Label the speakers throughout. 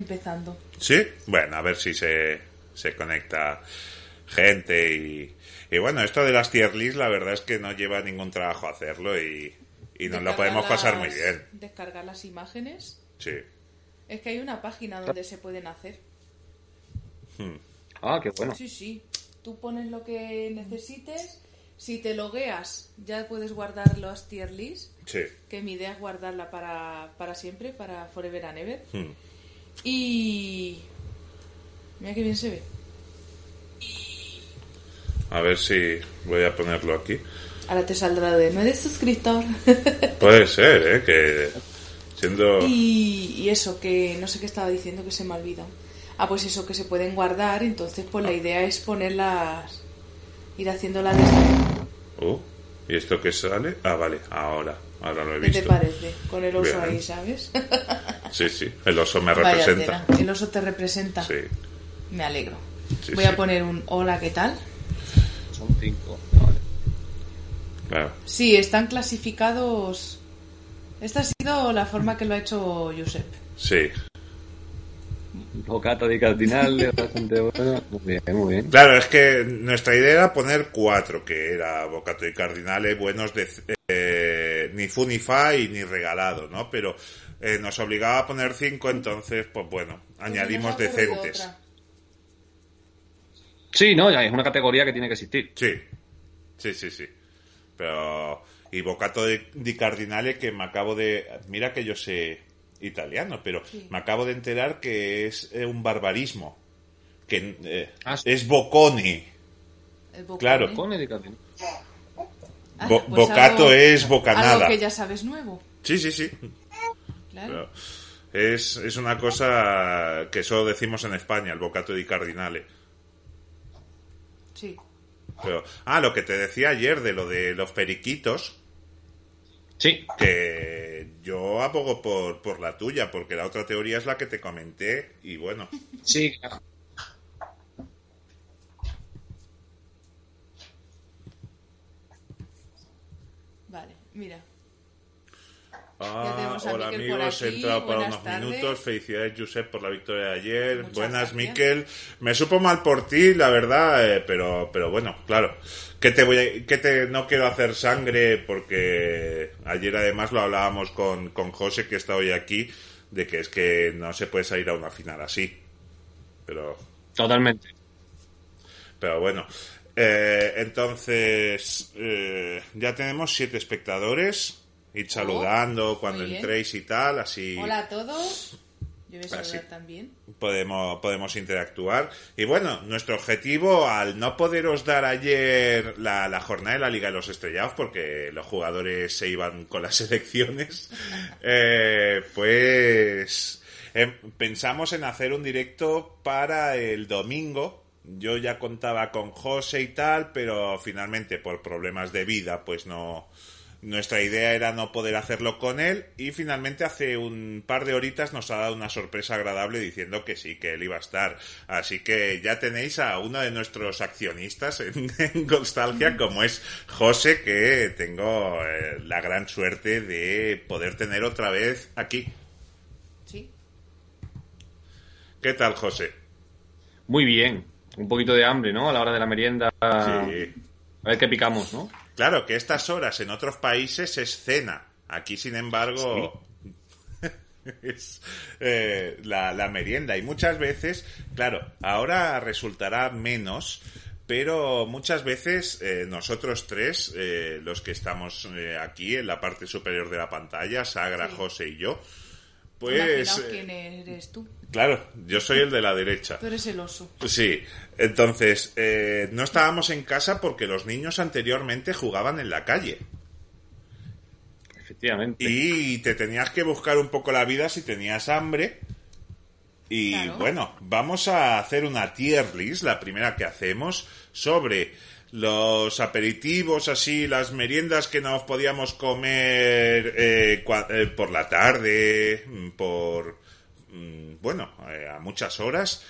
Speaker 1: Empezando.
Speaker 2: Sí, bueno, a ver si se, se conecta gente y, y bueno, esto de las tier list la verdad es que no lleva ningún trabajo hacerlo y, y nos lo
Speaker 1: Descargar
Speaker 2: podemos pasar
Speaker 1: las-
Speaker 2: muy bien.
Speaker 1: Descargar las imágenes.
Speaker 2: Sí.
Speaker 1: Es que hay una página donde se pueden hacer.
Speaker 3: Ah, qué bueno.
Speaker 1: Sí, sí. Tú pones lo que necesites. Si te logueas, ya puedes guardar las tier list.
Speaker 2: Sí.
Speaker 1: Que mi idea es guardarla para, para siempre, para Forever and Ever.
Speaker 2: Hmm.
Speaker 1: Y. Mira qué bien se ve.
Speaker 2: A ver si voy a ponerlo aquí.
Speaker 1: Ahora te saldrá de no eres suscriptor.
Speaker 2: Puede ser, ¿eh? Que siendo...
Speaker 1: y, y eso, que no sé qué estaba diciendo que se me ha olvidado. Ah, pues eso, que se pueden guardar. Entonces, pues
Speaker 2: Ah.
Speaker 1: la idea es ponerlas. ir haciéndolas este desde.
Speaker 2: Uh, ¿Y esto qué sale? Ah, vale, ahora. Ahora lo he
Speaker 1: ¿Qué te
Speaker 2: visto.
Speaker 1: parece? Con el oso
Speaker 2: Bien.
Speaker 1: ahí, ¿sabes?
Speaker 2: Sí, sí, el oso me
Speaker 1: Vaya
Speaker 2: representa.
Speaker 1: tela, El oso te representa.
Speaker 2: Sí.
Speaker 1: Me alegro.
Speaker 2: Sí,
Speaker 1: Voy
Speaker 2: sí.
Speaker 1: a poner un hola, ¿qué tal?
Speaker 3: Son cinco. Vale.
Speaker 2: Claro.
Speaker 1: Sí, están clasificados. Esta ha sido la forma que lo ha hecho Josep.
Speaker 2: Sí.
Speaker 3: Bocata de cardinal, bastante bueno. Muy bien, muy bien.
Speaker 2: Claro, es que nuestra idea era poner cuatro, que era Bocato y Cardinales, buenos de eh, ni fu ni fa y ni regalado, ¿no? Pero eh, nos obligaba a poner cinco, entonces, pues bueno, añadimos
Speaker 1: Pues se nos ha ocurrido
Speaker 2: decentes.
Speaker 1: otra.
Speaker 3: Sí, no, ya es una categoría que tiene que existir.
Speaker 2: Sí, sí, sí, sí. Pero. Y Bocato de, di Cardinale, que me acabo de. Mira que yo sé italiano, pero
Speaker 1: Sí.
Speaker 2: me acabo de enterar que es eh, un barbarismo. Que eh,
Speaker 3: Ah, sí.
Speaker 2: es Bocconi.
Speaker 1: El bocón,
Speaker 2: Claro.
Speaker 1: ¿eh?
Speaker 3: Pone de cardinal.
Speaker 1: Ah,
Speaker 2: Bo-
Speaker 1: pues
Speaker 2: bocato
Speaker 1: algo-
Speaker 2: es bocanada.
Speaker 1: Algo que ya sabes nuevo.
Speaker 2: Sí, sí, sí.
Speaker 1: Claro.
Speaker 2: Pero es, es una cosa que solo decimos en España, el bocato di cardinale.
Speaker 1: Sí.
Speaker 2: Pero, ah, lo que te decía ayer de lo de los periquitos,
Speaker 3: Sí,
Speaker 2: que yo abogo por, por la tuya, porque la otra teoría es la que te comenté y bueno,
Speaker 3: sí. claro.
Speaker 1: Vale, mira.
Speaker 2: Ah,
Speaker 1: tenemos a
Speaker 2: hola
Speaker 1: Miquel por
Speaker 2: amigos, he
Speaker 1: aquí.
Speaker 2: entrado para
Speaker 1: Buenas
Speaker 2: unos
Speaker 1: tardes.
Speaker 2: minutos. Felicidades, Josep, por la victoria de ayer.
Speaker 1: Muchas
Speaker 2: Buenas,
Speaker 1: gracias.
Speaker 2: Miquel. Me supo mal por ti, la verdad, eh, pero, pero bueno, claro. Que te voy a- que te, no quiero hacer sangre porque ayer además lo hablábamos con, con José, que está hoy aquí, de que es que no se puede salir a una final así. Pero,
Speaker 3: Totalmente.
Speaker 2: pero bueno. Eh, entonces, eh, ya tenemos siete espectadores. Ir saludando cuando
Speaker 1: Oh, muy bien.
Speaker 2: entréis y tal, así.
Speaker 1: Hola a todos. Yo voy a
Speaker 2: Ah,
Speaker 1: saludar
Speaker 2: sí.
Speaker 1: también.
Speaker 2: podemos, podemos interactuar. Y bueno, nuestro objetivo, al no poderos dar ayer la, la jornada de la Liga de los Estrellados, porque los jugadores se iban con las elecciones, eh, pues em, pensamos en hacer un directo para el domingo. Yo ya contaba con José y tal, pero finalmente por problemas de vida, pues no, nuestra idea era no poder hacerlo con él y finalmente hace un par de horitas nos ha dado una sorpresa agradable diciendo que sí, que él iba a estar. Así que ya tenéis a uno de nuestros accionistas en, en Nostalgia, como es José, que tengo eh, la gran suerte de poder tener otra vez aquí.
Speaker 1: Sí.
Speaker 2: ¿Qué tal, José?
Speaker 3: Muy bien. Un poquito de hambre, ¿no? A la hora de la merienda.
Speaker 2: Sí.
Speaker 3: A ver qué picamos, ¿no?
Speaker 2: Claro que estas horas en otros países es cena. Aquí, sin embargo, es eh, la, la merienda. Y muchas veces, claro, ahora resultará menos, pero muchas veces eh, nosotros tres, eh, los que estamos eh, aquí en la parte superior de la pantalla, Sagra,
Speaker 1: Sí.
Speaker 2: José y yo, pues...
Speaker 1: Imaginaos
Speaker 2: eh,
Speaker 1: quién eres tú.
Speaker 2: claro, yo soy el de la derecha.
Speaker 1: Tú eres el oso.
Speaker 2: Sí, entonces, eh, no estábamos en casa porque los niños anteriormente jugaban en la calle.
Speaker 3: Efectivamente.
Speaker 2: Y te tenías que buscar un poco la vida si tenías hambre. Y
Speaker 1: Claro.
Speaker 2: bueno, vamos a hacer una tier list, la primera que hacemos, sobre los aperitivos, así, las meriendas que nos podíamos comer eh, cua- eh, por la tarde, mm, por, mm, bueno, eh, a muchas horas,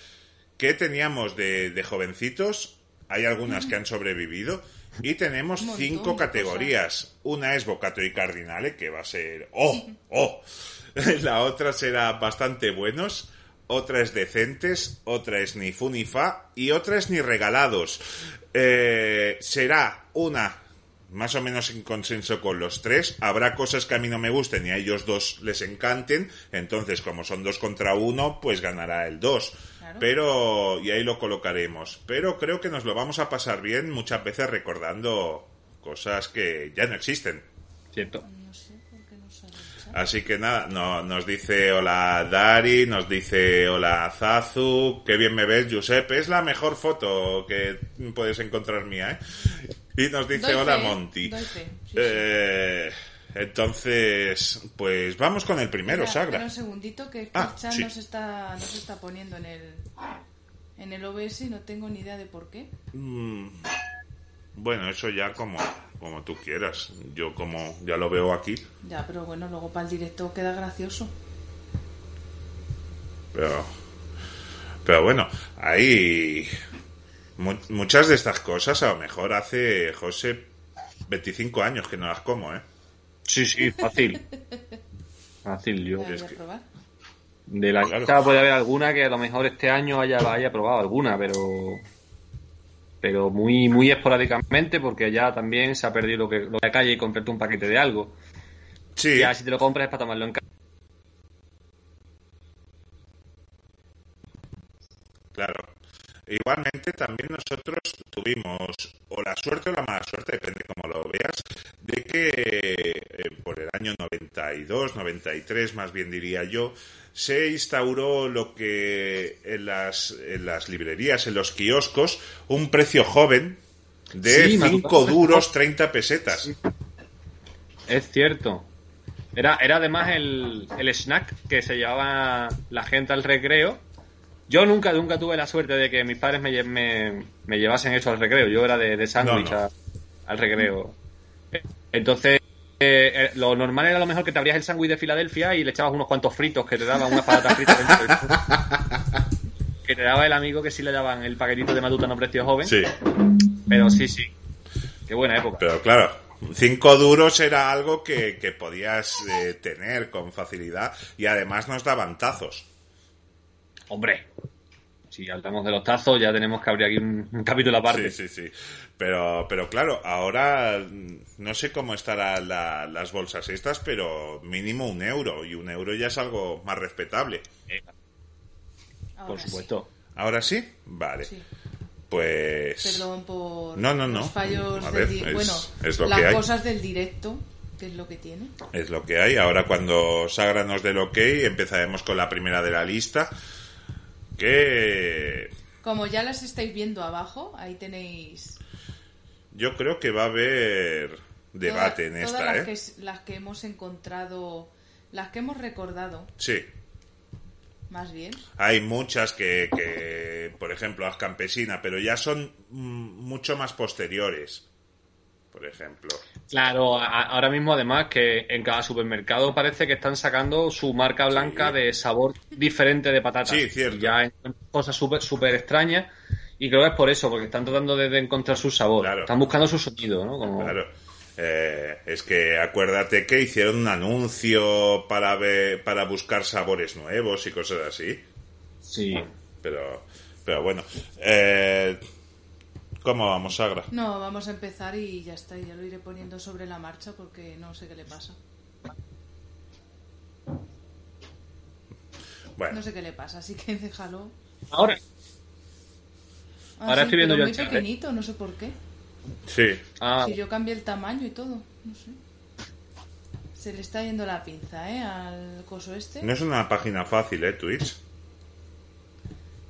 Speaker 2: que teníamos de, de jovencitos. Hay algunas que han sobrevivido. Y tenemos
Speaker 1: Un montón
Speaker 2: cinco
Speaker 1: de cosas.
Speaker 2: categorías. Una es Bocato y Cardinale, que va a ser... ¡Oh! ¡Oh! La otra será bastante buenos. Otra es decentes. Otra es ni fu ni fa. Y otra es ni regalados. Eh, será una más o menos en consenso con los tres. Habrá cosas que a mí no me gusten y a ellos dos les encanten. Entonces, como son dos contra uno, pues ganará el dos.
Speaker 1: Claro.
Speaker 2: Pero, y ahí lo colocaremos. Pero creo que nos lo vamos a pasar bien muchas veces recordando cosas que ya no existen.
Speaker 3: Cierto.
Speaker 1: No sé por qué no sale el chat.
Speaker 2: Así que nada, no, nos dice hola Dari, nos dice hola Zazu, qué bien me ves, Giuseppe, es la mejor foto que puedes encontrar mía, ¿eh? Y nos dice
Speaker 1: Doy
Speaker 2: hola
Speaker 1: fe,
Speaker 2: Monty.
Speaker 1: doy fe, sí, sí.
Speaker 2: Eh, entonces, pues vamos con el primero,
Speaker 1: Espera, espera
Speaker 2: Sagra.
Speaker 1: un segundito que
Speaker 2: Ah,
Speaker 1: el chat
Speaker 2: sí.
Speaker 1: no, se está, no se está poniendo en el, en el OBS y no tengo ni idea de por qué.
Speaker 2: Mm, Bueno, eso ya como, como tú quieras. Yo como ya lo veo aquí,
Speaker 1: Ya, pero bueno, luego para el directo queda gracioso.
Speaker 2: Pero, pero bueno, hay mu- muchas de estas cosas a lo mejor hace José 25 años que no las como, ¿eh?
Speaker 3: Sí, sí, fácil. Fácil, yo.
Speaker 1: Ya voy
Speaker 2: es
Speaker 1: a
Speaker 2: que-
Speaker 1: probar.
Speaker 3: De la
Speaker 2: Claro.
Speaker 3: lista puede haber alguna que a lo mejor este año haya, haya probado alguna, pero pero muy muy esporádicamente porque ya también se ha perdido lo que lo de la calle y comprarte un paquete de algo.
Speaker 2: Sí,
Speaker 3: Ya si te lo compras es para tomarlo en casa.
Speaker 2: claro. Igualmente también nosotros tuvimos o la suerte o la mala suerte, depende cómo lo veas, de que eh, por el año 92, 93 más bien diría yo, se instauró lo que en las, en las librerías, en los kioscos, un precio joven de
Speaker 3: Sí, me
Speaker 2: 5
Speaker 3: acuerdo.
Speaker 2: duros 30 pesetas.
Speaker 3: Es cierto. Era, era además el, el snack que se llevaba la gente al recreo. Yo nunca, nunca tuve la suerte de que mis padres me, lle- me- me llevasen eso al recreo. Yo era de, de sándwich
Speaker 2: No, no.
Speaker 3: a- al recreo. Entonces, eh, eh, lo normal era a lo mejor que te abrías el sándwich de Filadelfia y le echabas unos cuantos fritos que te daban unas patatas fritas. dentro del- que te daba el amigo que sí le daban el paquetito de matutano precio joven.
Speaker 2: Sí,
Speaker 3: Pero sí, sí. Qué buena época.
Speaker 2: pero claro, 5 duros era algo que, que podías eh, tener con facilidad y además nos daban tazos.
Speaker 3: Hombre, si hablamos de los tazos, ya tenemos que abrir aquí un, un capítulo aparte.
Speaker 2: Sí, sí, sí. Pero, pero claro, ahora mm, no sé cómo estarán la- las bolsas estas, pero mínimo un euro. Y un euro ya es algo más respetable.
Speaker 3: Eh,
Speaker 1: Ahora
Speaker 3: por
Speaker 1: sí.
Speaker 3: supuesto.
Speaker 2: ¿Ahora sí? Vale.
Speaker 1: Sí.
Speaker 2: Pues.
Speaker 1: Perdón por
Speaker 2: No, no, no.
Speaker 1: los fallos
Speaker 2: A
Speaker 1: del
Speaker 2: ver,
Speaker 1: di-
Speaker 2: es-
Speaker 1: bueno,
Speaker 2: es lo
Speaker 1: las
Speaker 2: que hay.
Speaker 1: cosas del directo, que es lo que tiene.
Speaker 2: Es lo que hay. Ahora cuando Sagra nos dé el ok, empezaremos con la primera de la lista. Que
Speaker 1: Como ya las estáis viendo abajo, ahí tenéis
Speaker 2: yo creo que va a haber debate
Speaker 1: todas-
Speaker 2: en
Speaker 1: todas
Speaker 2: esta,
Speaker 1: las,
Speaker 2: ¿eh?
Speaker 1: que, es- las que hemos encontrado, las que hemos recordado,
Speaker 2: Sí.
Speaker 1: más bien.
Speaker 2: Hay muchas que, que, por ejemplo, las campesina, pero ya son mm, mucho más posteriores. Por ejemplo.
Speaker 3: Claro, a- ahora mismo además que en cada supermercado parece que están sacando su marca blanca
Speaker 2: Sí.
Speaker 3: de sabor diferente de patatas.
Speaker 2: Sí, cierto.
Speaker 3: Y Ya encuentran cosas súper súper extrañas y creo que es por eso, porque están tratando de, de encontrar su sabor.
Speaker 2: Claro.
Speaker 3: Están buscando su sonido, ¿no? Como-
Speaker 2: Claro. Eh, es que acuérdate que hicieron un anuncio para, ver- para buscar sabores nuevos y cosas así.
Speaker 3: Sí.
Speaker 2: Pero, pero bueno. Eh, ¿Cómo vamos, Sagra?
Speaker 1: No, vamos a empezar y ya está, ya lo iré poniendo sobre la marcha porque no sé qué le pasa.
Speaker 2: Bueno,
Speaker 1: No sé qué le pasa, así que déjalo.
Speaker 3: Ahora,
Speaker 1: Ah,
Speaker 3: Ahora estoy viendo
Speaker 1: pero
Speaker 3: yo
Speaker 1: muy
Speaker 3: el chat, ¿eh?
Speaker 1: pequeñito, no sé por qué.
Speaker 2: sí.
Speaker 3: ah,
Speaker 1: Si yo cambié el tamaño y todo, no sé. Se le está yendo la pinza, ¿eh? Al coso este.
Speaker 2: No es una página fácil, ¿eh? Twitch.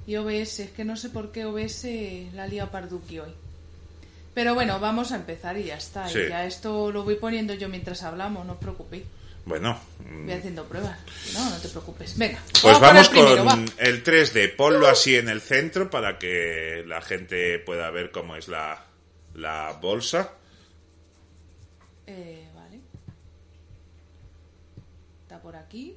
Speaker 1: Y OBS, es que no sé por qué OBS la ha liado Parduki hoy. Pero bueno, vamos a empezar y ya está.
Speaker 2: Sí.
Speaker 1: Y ya esto lo voy poniendo yo mientras hablamos, no os preocupéis.
Speaker 2: Bueno,
Speaker 1: Voy haciendo pruebas. No, no te preocupes. Venga.
Speaker 2: pues
Speaker 1: por
Speaker 2: vamos,
Speaker 1: el primero,
Speaker 2: con
Speaker 1: va.
Speaker 2: el 3D. Ponlo así en el centro para que la gente pueda ver cómo es la, la bolsa.
Speaker 1: Eh, vale. Está por aquí.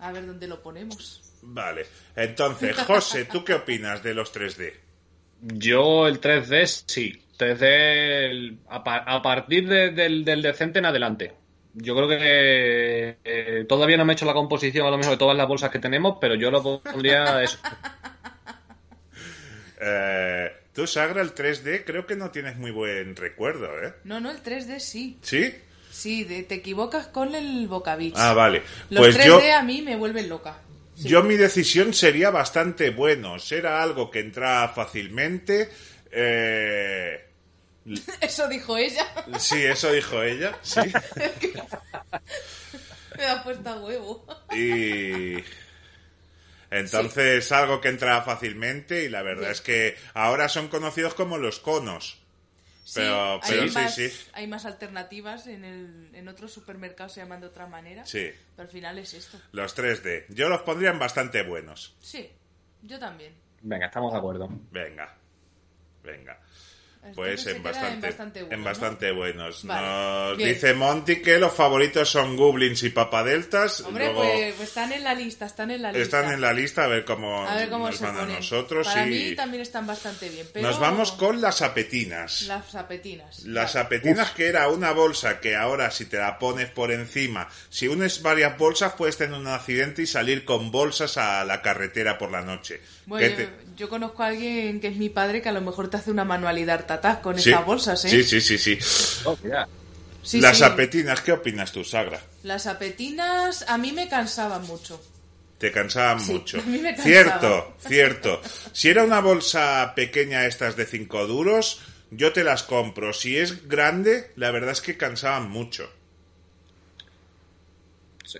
Speaker 1: A ver dónde lo ponemos.
Speaker 2: Vale. Entonces, José, ¿tú qué opinas de los 3D?
Speaker 3: Yo el 3D sí. 3D el- a, pa- a partir de- del, del decente en adelante. Yo creo que eh, todavía no me he hecho la composición a lo mejor de todas las bolsas que tenemos, pero yo lo pondría eso.
Speaker 2: Eh, tú, Sagra, el 3D creo que no tienes muy buen recuerdo, ¿eh?
Speaker 1: No, no, el 3D sí.
Speaker 2: ¿Sí?
Speaker 1: Sí, de- te equivocas con el bocavich.
Speaker 2: Ah, vale.
Speaker 1: Los
Speaker 2: pues
Speaker 1: 3D
Speaker 2: yo,
Speaker 1: a mí me vuelven loca. Sí.
Speaker 2: yo mi decisión sería bastante bueno. Será algo que entra fácilmente. Eh,
Speaker 1: Eso dijo ella.
Speaker 2: sí, eso dijo ella. Sí.
Speaker 1: me ha puesto a huevo.
Speaker 2: Y. Entonces, algo que entra fácilmente y la verdad
Speaker 1: Bien.
Speaker 2: es que ahora son conocidos como los conos. Pero-
Speaker 1: sí,
Speaker 2: pero
Speaker 1: hay
Speaker 2: sí,
Speaker 1: más,
Speaker 2: sí.
Speaker 1: Hay más alternativas. En, el, en otros supermercados se llaman de otra manera.
Speaker 2: Sí,
Speaker 1: Pero al final es esto.
Speaker 2: los 3D. Yo los pondría en bastante buenos.
Speaker 1: Sí, yo también.
Speaker 3: Venga, estamos de acuerdo.
Speaker 2: Venga. Venga.
Speaker 1: Entonces
Speaker 2: Pues
Speaker 1: se
Speaker 2: en
Speaker 1: queda
Speaker 2: bastante,
Speaker 1: bueno,
Speaker 2: en
Speaker 1: ¿no?
Speaker 2: bastante buenos.
Speaker 1: Vale,
Speaker 2: Nos
Speaker 1: bien.
Speaker 2: dice Monty que los favoritos son Goblins y Papadeltas.
Speaker 1: Hombre,
Speaker 2: Luego
Speaker 1: pues, pues están en la lista, están en la lista.
Speaker 2: están en la lista a ver cómo,
Speaker 1: A ver cómo
Speaker 2: nos
Speaker 1: se
Speaker 2: van a
Speaker 1: ponen.
Speaker 2: nosotros.
Speaker 1: Para
Speaker 2: y
Speaker 1: mí también están bastante bien, pero...
Speaker 2: Nos vamos con las apetinas.
Speaker 1: Las apetinas.
Speaker 2: Las
Speaker 1: Vale.
Speaker 2: apetinas que era una bolsa que ahora si te la pones por encima, si unes varias bolsas puedes tener un accidente y salir con bolsas a la carretera por la noche.
Speaker 1: Bueno,
Speaker 2: Que
Speaker 1: yo,
Speaker 2: te-
Speaker 1: yo conozco a alguien que es mi padre que a lo mejor te hace una manualidad tatás con
Speaker 2: Sí.
Speaker 1: estas bolsas, ¿eh?
Speaker 2: Sí, sí, sí, sí.
Speaker 3: Oh, mira.
Speaker 1: Sí,
Speaker 2: Las
Speaker 1: sí.
Speaker 2: apetinas, ¿qué opinas tú, Sagra?
Speaker 1: Las apetinas a mí me cansaban mucho.
Speaker 2: Te cansaban
Speaker 1: Sí,
Speaker 2: mucho.
Speaker 1: a mí me cansaba.
Speaker 2: Cierto, cierto. Si era una bolsa pequeña estas de 5 duros, yo te las compro. Si es grande, la verdad es que cansaban mucho.
Speaker 3: Sí.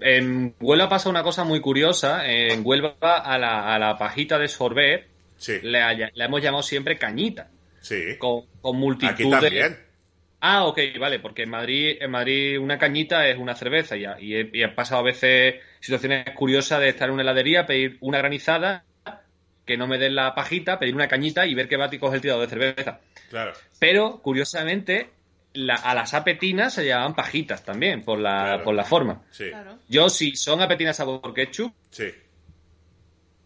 Speaker 3: En Huelva pasa una cosa muy curiosa. En Huelva a la, a la pajita de sorbet
Speaker 2: Sí,
Speaker 3: le, haya- la hemos llamado siempre cañita.
Speaker 2: sí.
Speaker 3: Con, con multitud
Speaker 2: Aquí
Speaker 3: de-
Speaker 2: también.
Speaker 3: Ah, ok, vale, porque en Madrid, en Madrid una cañita es una cerveza ya. Y he, y he pasado a veces situaciones curiosas de estar en una heladería, pedir una granizada, que no me den la pajita, pedir una cañita y ver qué va y coge el tirado de cerveza.
Speaker 2: Claro.
Speaker 3: Pero, curiosamente, la- a las apetinas se llamaban pajitas también, por la,
Speaker 2: Claro.
Speaker 3: por la forma.
Speaker 2: Sí.
Speaker 1: Claro,
Speaker 3: Yo, si son apetinas sabor ketchup,
Speaker 2: Sí.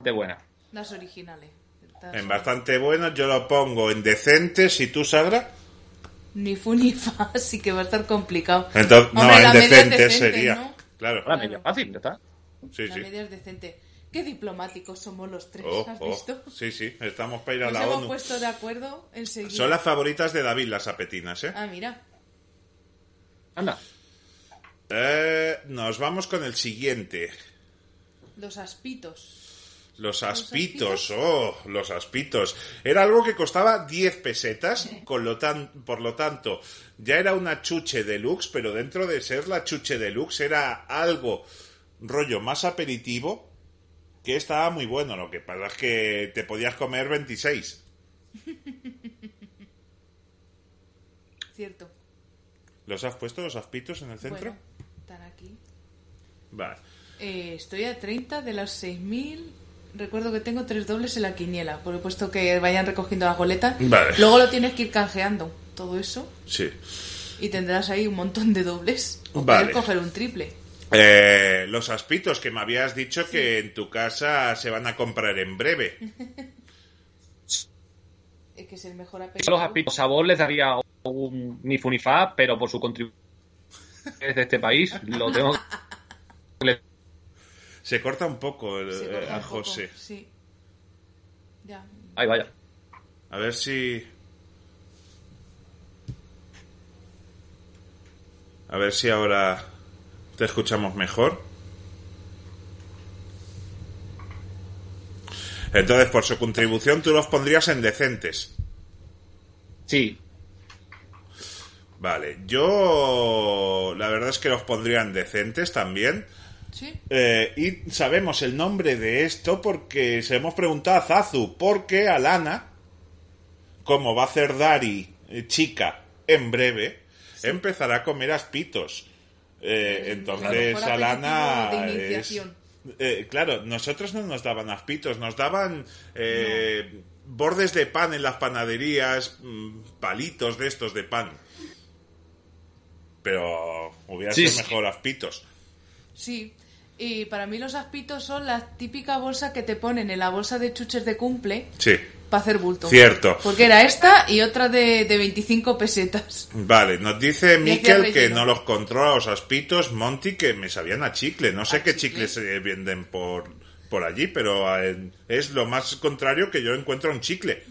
Speaker 3: de buena.
Speaker 1: las originales. Estas-
Speaker 2: En bastante bueno, yo lo pongo en decentes y tú, Sagra.
Speaker 1: Ni fu ni fa, así que va a estar complicado.
Speaker 2: Entonces,
Speaker 1: Hombre,
Speaker 2: no,
Speaker 1: la
Speaker 2: en
Speaker 1: media es
Speaker 2: decentes
Speaker 1: decente,
Speaker 2: sería.
Speaker 1: ¿no?
Speaker 2: Claro,
Speaker 3: Ahora,
Speaker 1: Claro.
Speaker 3: medio fácil, ya está.
Speaker 2: sí,
Speaker 1: la
Speaker 2: sí.
Speaker 1: media es decente. Qué diplomáticos somos los tres,
Speaker 2: Oh,
Speaker 1: ¿has
Speaker 2: oh,
Speaker 1: visto?
Speaker 2: Sí, sí, estamos para ir a
Speaker 1: Nos
Speaker 2: la
Speaker 1: hemos
Speaker 2: ONU.
Speaker 1: puesto de acuerdo enseguida.
Speaker 2: Son las favoritas de David, las apetinas, ¿eh?
Speaker 1: Ah, mira.
Speaker 3: Anda.
Speaker 2: Eh, Nos vamos con el siguiente.
Speaker 1: Los aspitos.
Speaker 2: Los aspitos, oh, los aspitos. Era algo que costaba 10 pesetas, con lo tan, por lo tanto, ya era una chuche deluxe, pero dentro de ser la chuche deluxe era algo rollo más aperitivo, que estaba muy bueno. Lo que pasa es que te podías comer 26.
Speaker 1: Cierto.
Speaker 2: ¿Los has puesto los aspitos en el centro?
Speaker 1: Bueno, están aquí.
Speaker 2: Vale.
Speaker 1: Eh, estoy a 30 de las 6.000. Recuerdo que tengo tres dobles en la quiniela, por supuesto que vayan recogiendo las goletas.
Speaker 2: Vale.
Speaker 1: Luego lo tienes que ir canjeando, todo eso,
Speaker 2: Sí.
Speaker 1: y tendrás ahí un montón de dobles. O
Speaker 2: Vale.
Speaker 1: poder coger un triple.
Speaker 2: Eh, los aspitos que me habías dicho que en tu casa se van a comprar en breve.
Speaker 1: Mm. Es que es el mejor
Speaker 3: Yo
Speaker 1: apellido.
Speaker 3: a los aspitos sabor les daría un ni fu ni fa, pero por su contribución desde este país lo tengo que- le-
Speaker 2: Se corta un poco el-
Speaker 1: Se
Speaker 2: eh,
Speaker 1: corta
Speaker 2: a
Speaker 1: un poco,
Speaker 2: José.
Speaker 1: Sí. Ya.
Speaker 3: Ay, vaya.
Speaker 2: A ver si. A ver si ahora te escuchamos mejor. Entonces, por su contribución, tú los pondrías en decentes.
Speaker 3: Sí,
Speaker 2: Vale, yo la verdad es que los pondría en decentes también.
Speaker 1: Sí.
Speaker 2: Eh, y sabemos el nombre de esto porque se lo hemos preguntado a Zazu, porque Alana, como va a hacer Dari eh, chica en breve, empezará a comer aspitos. Eh,
Speaker 1: Eh,
Speaker 2: entonces,
Speaker 1: a lo mejor
Speaker 2: Alana.
Speaker 1: aperitivo de
Speaker 2: es-
Speaker 1: iniciación.
Speaker 2: eh, claro, nosotros no nos daban aspitos, nos daban eh, bordes de pan en las panaderías, mm, palitos de estos de pan. Pero hubiera
Speaker 3: Sí,
Speaker 2: sido
Speaker 3: sí.
Speaker 2: mejor aspitos.
Speaker 1: Sí, y para mí los aspitos son las típicas bolsas que te ponen en la bolsa de chuches de cumple
Speaker 2: Sí,
Speaker 1: para hacer bulto.
Speaker 2: cierto.
Speaker 1: Porque era esta y otra de, de 25 pesetas.
Speaker 2: Vale, nos dice Miquel que
Speaker 1: relleno.
Speaker 2: no los controla los aspitos, Monty que me sabían a chicle, no sé
Speaker 1: ¿A
Speaker 2: qué
Speaker 1: chicle?
Speaker 2: chicles se venden por, por allí, pero eh, es lo más contrario que yo encuentro a un chicle.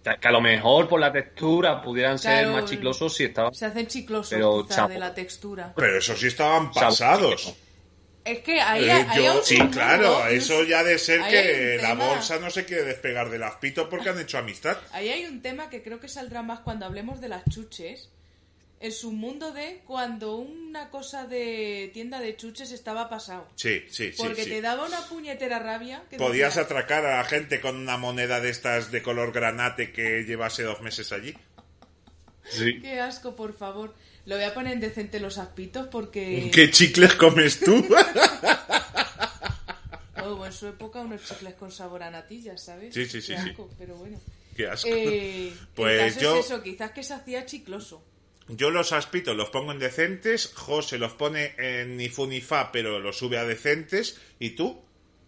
Speaker 3: O sea, Que a lo mejor por la textura pudieran
Speaker 1: Claro,
Speaker 3: ser más chiclosos si estaban.
Speaker 1: Se hacen chiclosos
Speaker 3: Pero,
Speaker 1: quizá,
Speaker 3: chapo.
Speaker 1: de la textura.
Speaker 2: Pero eso sí estaban
Speaker 3: Sabe-
Speaker 2: pasados.
Speaker 1: Es que ahí,
Speaker 2: Eh,
Speaker 1: ahí
Speaker 2: yo-
Speaker 1: aún
Speaker 2: sí,
Speaker 1: sin
Speaker 2: claro,
Speaker 1: embargo,
Speaker 2: eso ya de ser
Speaker 1: ahí hay
Speaker 2: que
Speaker 1: un
Speaker 2: la
Speaker 1: tema.
Speaker 2: bolsa no se quiere despegar del aspito porque han hecho amistad.
Speaker 1: Ahí hay un tema que creo que saldrá más cuando hablemos de las chuches. En su mundo de cuando una cosa de tienda de chuches estaba pasado.
Speaker 2: Sí, sí, sí.
Speaker 1: Porque
Speaker 2: sí.
Speaker 1: te daba una puñetera rabia. Que
Speaker 2: Podías
Speaker 1: decías,
Speaker 2: atracar a la gente con una moneda de estas de color granate que llevase dos meses allí.
Speaker 3: Sí.
Speaker 1: Qué asco, por favor. Lo voy a poner en decente los aspitos porque.
Speaker 2: ¿Qué chicles comes tú?
Speaker 1: Oh, en su época unos chicles con sabor a natilla, ¿sabes?
Speaker 2: Sí, sí, sí,
Speaker 1: Qué
Speaker 2: sí.
Speaker 1: asco, Pero bueno.
Speaker 2: Qué asco.
Speaker 1: Eh, el
Speaker 2: Pues
Speaker 1: caso
Speaker 2: yo-
Speaker 1: es eso, quizás que se hacía chicloso.
Speaker 2: Yo los aspitos los pongo en decentes, José los pone en ni fu ni fa, pero los sube a decentes, y tú,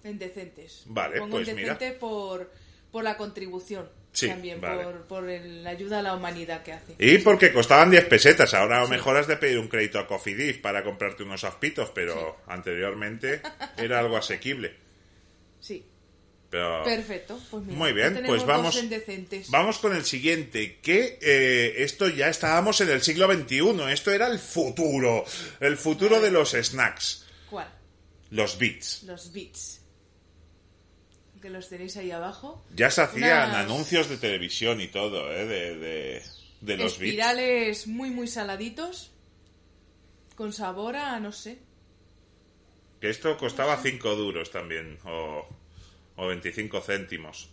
Speaker 1: En decentes.
Speaker 2: Vale,
Speaker 1: Pongo
Speaker 2: pues
Speaker 1: en
Speaker 2: mira.
Speaker 1: decente por, por la contribución.
Speaker 2: Sí,
Speaker 1: también
Speaker 2: vale.
Speaker 1: por, por el- la ayuda a la humanidad que hace.
Speaker 2: y porque costaban 10 pesetas, ahora a lo mejor has de pedir un crédito a Cofidis para comprarte unos aspitos, pero anteriormente era algo asequible.
Speaker 1: Sí.
Speaker 2: Pero
Speaker 1: Perfecto. Pues mira,
Speaker 2: Ah. Muy
Speaker 1: ya
Speaker 2: bien,
Speaker 1: tenemos
Speaker 2: pues
Speaker 1: dos
Speaker 2: vamos,
Speaker 1: en decentes.
Speaker 2: vamos con el siguiente, que eh, esto ya estábamos en el siglo XXI, esto era el futuro, el futuro de los snacks,
Speaker 1: ¿Cuál?
Speaker 2: los bits.
Speaker 1: Los bits. Que los tenéis ahí abajo.
Speaker 2: Ya se hacían
Speaker 1: Unas-
Speaker 2: anuncios de televisión y todo, ¿eh? De, de, de los bits.
Speaker 1: Espirales muy, muy saladitos. Con sabor a, no sé.
Speaker 2: Que esto costaba 5 duros también, o, o 25 céntimos.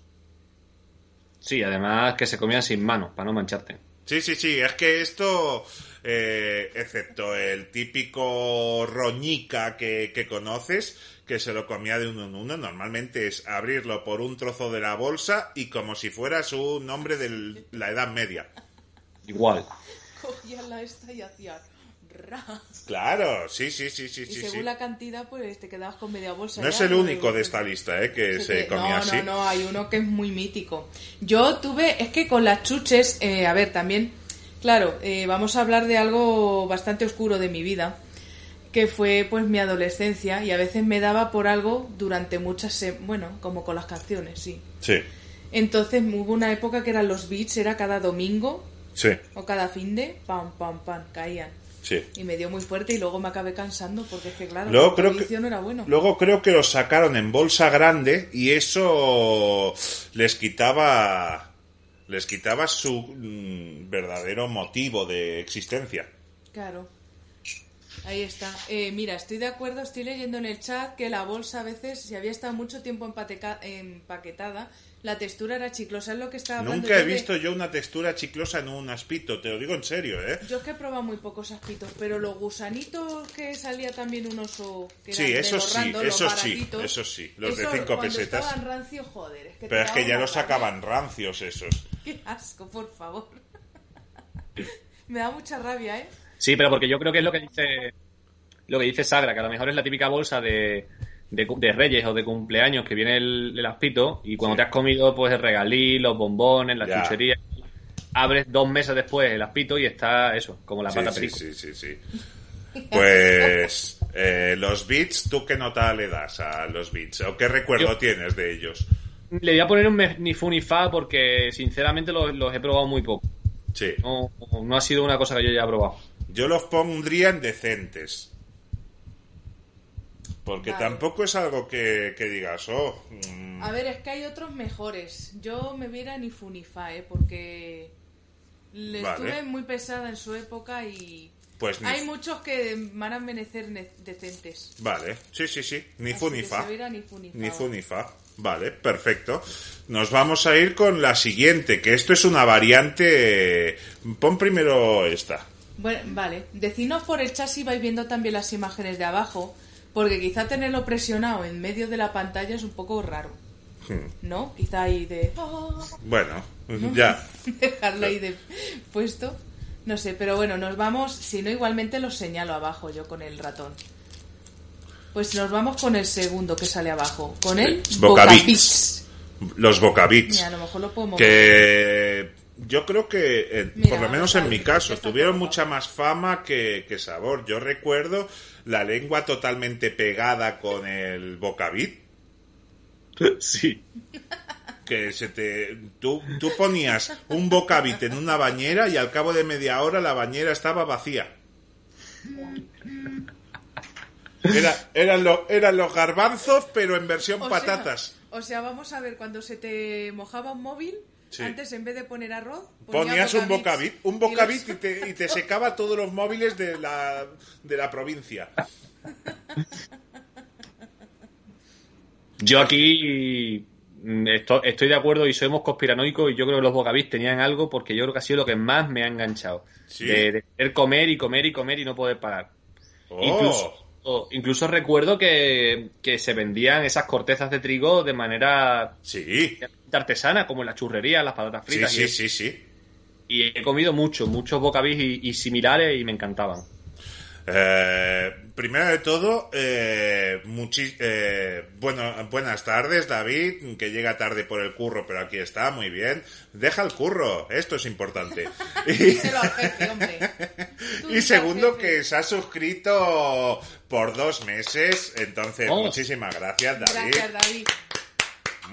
Speaker 3: Sí, además que se comían sin manos, para no mancharte.
Speaker 2: Sí, sí, sí, es que esto, eh, excepto el típico roñica que, que conoces, que se lo comía de uno en uno, normalmente es abrirlo por un trozo de la bolsa y como si fueras un hombre de la Edad Media.
Speaker 3: Igual.
Speaker 1: Cogía la esta y hacía. ra.
Speaker 2: Claro, sí, sí, sí, sí,
Speaker 1: Y
Speaker 2: sí.
Speaker 1: según
Speaker 2: sí.
Speaker 1: la cantidad, pues te quedabas con media bolsa.
Speaker 2: No
Speaker 1: ya,
Speaker 2: es el
Speaker 1: ¿no?
Speaker 2: único de esta lista, ¿eh? Que
Speaker 1: Sí,
Speaker 2: se
Speaker 1: que-
Speaker 2: comía
Speaker 1: no,
Speaker 2: así.
Speaker 1: No, no, hay uno que es muy mítico. Yo tuve, es que con las chuches, eh, a ver, también, claro, eh, vamos a hablar de algo bastante oscuro de mi vida, que fue pues mi adolescencia y a veces me daba por algo durante muchas, se- bueno, como con las canciones, sí.
Speaker 2: Sí,
Speaker 1: Entonces hubo una época que eran los beats, era cada domingo
Speaker 2: sí,
Speaker 1: o cada fin de, pam, pam, pam, caían.
Speaker 2: sí.
Speaker 1: Y me dio muy fuerte y luego me acabé cansando porque es que, claro,
Speaker 2: Luego
Speaker 1: el
Speaker 2: creo que-
Speaker 1: vicio no era bueno.
Speaker 2: Luego creo que los sacaron en bolsa grande y eso les quitaba les quitaba su mm, verdadero motivo de existencia.
Speaker 1: Claro. Ahí está. Eh, mira, estoy de acuerdo, estoy leyendo en el chat que la bolsa a veces, si había estado mucho tiempo empateca- empaquetada, la textura era chiclosa, es lo que estaba hablando.
Speaker 2: Nunca he
Speaker 1: yo de-
Speaker 2: visto yo una textura chiclosa en un aspito, te lo digo en serio, ¿eh?
Speaker 1: Yo es que he probado muy pocos aspitos, pero los gusanitos que salía también un oso. Que
Speaker 2: Sí,
Speaker 1: eran de
Speaker 2: eso
Speaker 1: los
Speaker 2: sí,
Speaker 1: random,
Speaker 2: eso
Speaker 1: los
Speaker 2: sí,
Speaker 1: baratitos,
Speaker 2: eso sí, los de
Speaker 1: esos
Speaker 2: cinco
Speaker 1: cuando
Speaker 2: pesetas.
Speaker 1: Estaban rancio, joder. Es que te
Speaker 2: Pero es que
Speaker 1: daba
Speaker 2: ya
Speaker 1: una
Speaker 2: los
Speaker 1: rabia.
Speaker 2: sacaban rancios esos.
Speaker 1: Qué asco, por favor. Me da mucha rabia, ¿eh?
Speaker 3: Sí, pero porque yo creo que es lo que dice lo que dice Sagra, que a lo mejor es la típica bolsa de, de, cu- de reyes o de cumpleaños que viene el, el aspito y cuando
Speaker 2: Sí.
Speaker 3: te has comido pues el regalí, los bombones, las
Speaker 2: Ya.
Speaker 3: chucherías, abres dos meses después el aspito y está eso, como la
Speaker 2: Sí,
Speaker 3: pata
Speaker 2: sí,
Speaker 3: perico.
Speaker 2: sí, sí, sí. Pues eh, los beats, ¿tú qué nota le das a los beats? ¿O qué recuerdo
Speaker 3: Yo-
Speaker 2: tienes de ellos?
Speaker 3: Le voy a poner un me- ni fu ni fa porque sinceramente los, los he probado muy poco.
Speaker 2: Sí.
Speaker 3: No, no ha sido una cosa que yo haya probado.
Speaker 2: Yo los pondría en decentes. Porque
Speaker 1: Vale.
Speaker 2: tampoco es algo que, que digas, oh, mm,
Speaker 1: A ver, es que hay otros mejores. Yo me viera ni Funifa, ¿eh? Porque le
Speaker 2: Vale.
Speaker 1: estuve muy pesada en su época y
Speaker 2: Pues ni
Speaker 1: Hay muchos que van a merecer ne- decentes.
Speaker 2: Vale, sí, sí, sí. Ni
Speaker 1: Así
Speaker 2: fu
Speaker 1: que
Speaker 2: ni fa.
Speaker 1: se oirá ni fu ni fa
Speaker 2: Ni fu
Speaker 1: ahora.
Speaker 2: ni fa. Vale, perfecto. Nos vamos a ir con la siguiente, que esto es una variante. Pon primero esta.
Speaker 1: Bueno, vale. Decidnos por el chat si vais viendo también las imágenes de abajo, porque quizá tenerlo presionado en medio de la pantalla es un poco raro. ¿No? Quizá ahí de...
Speaker 2: Bueno, ya.
Speaker 1: dejarlo ahí de puesto. No sé, pero bueno, nos vamos, si no igualmente los señalo abajo yo con el ratón. Pues nos vamos con el segundo que sale abajo, con el
Speaker 2: Bocabits.
Speaker 1: Bocabits.
Speaker 2: Los bocabits.
Speaker 1: Mira, a lo mejor lo podemos
Speaker 2: Que yo creo que, eh,
Speaker 1: Mira,
Speaker 2: por lo menos en mi
Speaker 1: ahí,
Speaker 2: caso,
Speaker 1: esta
Speaker 2: tuvieron
Speaker 1: copa.
Speaker 2: mucha más fama que, que sabor. Yo recuerdo la lengua totalmente pegada con el bocabit.
Speaker 3: Sí.
Speaker 2: que se te tú, tú ponías un bocavit en una bañera y al cabo de media hora la bañera estaba vacía.
Speaker 1: Mm.
Speaker 2: Era- eran, lo- eran los garbanzos, pero en versión
Speaker 1: O sea-
Speaker 2: patatas.
Speaker 1: o sea, vamos a ver, cuando se te mojaba un móvil,
Speaker 2: Sí.
Speaker 1: antes en vez de poner arroz, ponía
Speaker 2: Ponías un bocavit,
Speaker 1: Bocabits.
Speaker 2: un
Speaker 1: Y los-
Speaker 2: bocavit y te, y te secaba todos los móviles de la, de la provincia.
Speaker 3: Yo aquí mm, esto- estoy de acuerdo y somos conspiranoicos y yo creo que los bocabis tenían algo porque yo creo que ha sido lo que más me ha enganchado.
Speaker 2: Sí.
Speaker 3: De, de querer comer y comer y comer y no poder parar.
Speaker 2: Oh,
Speaker 3: Incluso, o- incluso recuerdo que, que se vendían esas cortezas de trigo de manera
Speaker 2: sí,
Speaker 3: artesana, como en las churrerías, las patatas
Speaker 2: sí,
Speaker 3: fritas.
Speaker 2: sí,
Speaker 3: y,
Speaker 2: sí, sí.
Speaker 3: y he comido mucho, muchos bocabis y, y similares y me encantaban.
Speaker 2: Eh, primero de todo, eh, muchi- eh, bueno, buenas tardes, David, que llega tarde por el curro, pero aquí está, muy bien. Deja el curro, esto es importante. Y,
Speaker 1: Díselo al jefe, hombre. Tú
Speaker 2: y
Speaker 1: dile al
Speaker 2: segundo,
Speaker 1: jefe.
Speaker 2: que se ha suscrito por dos meses, entonces
Speaker 3: Oh.
Speaker 2: muchísimas gracias, David.
Speaker 1: Gracias, David.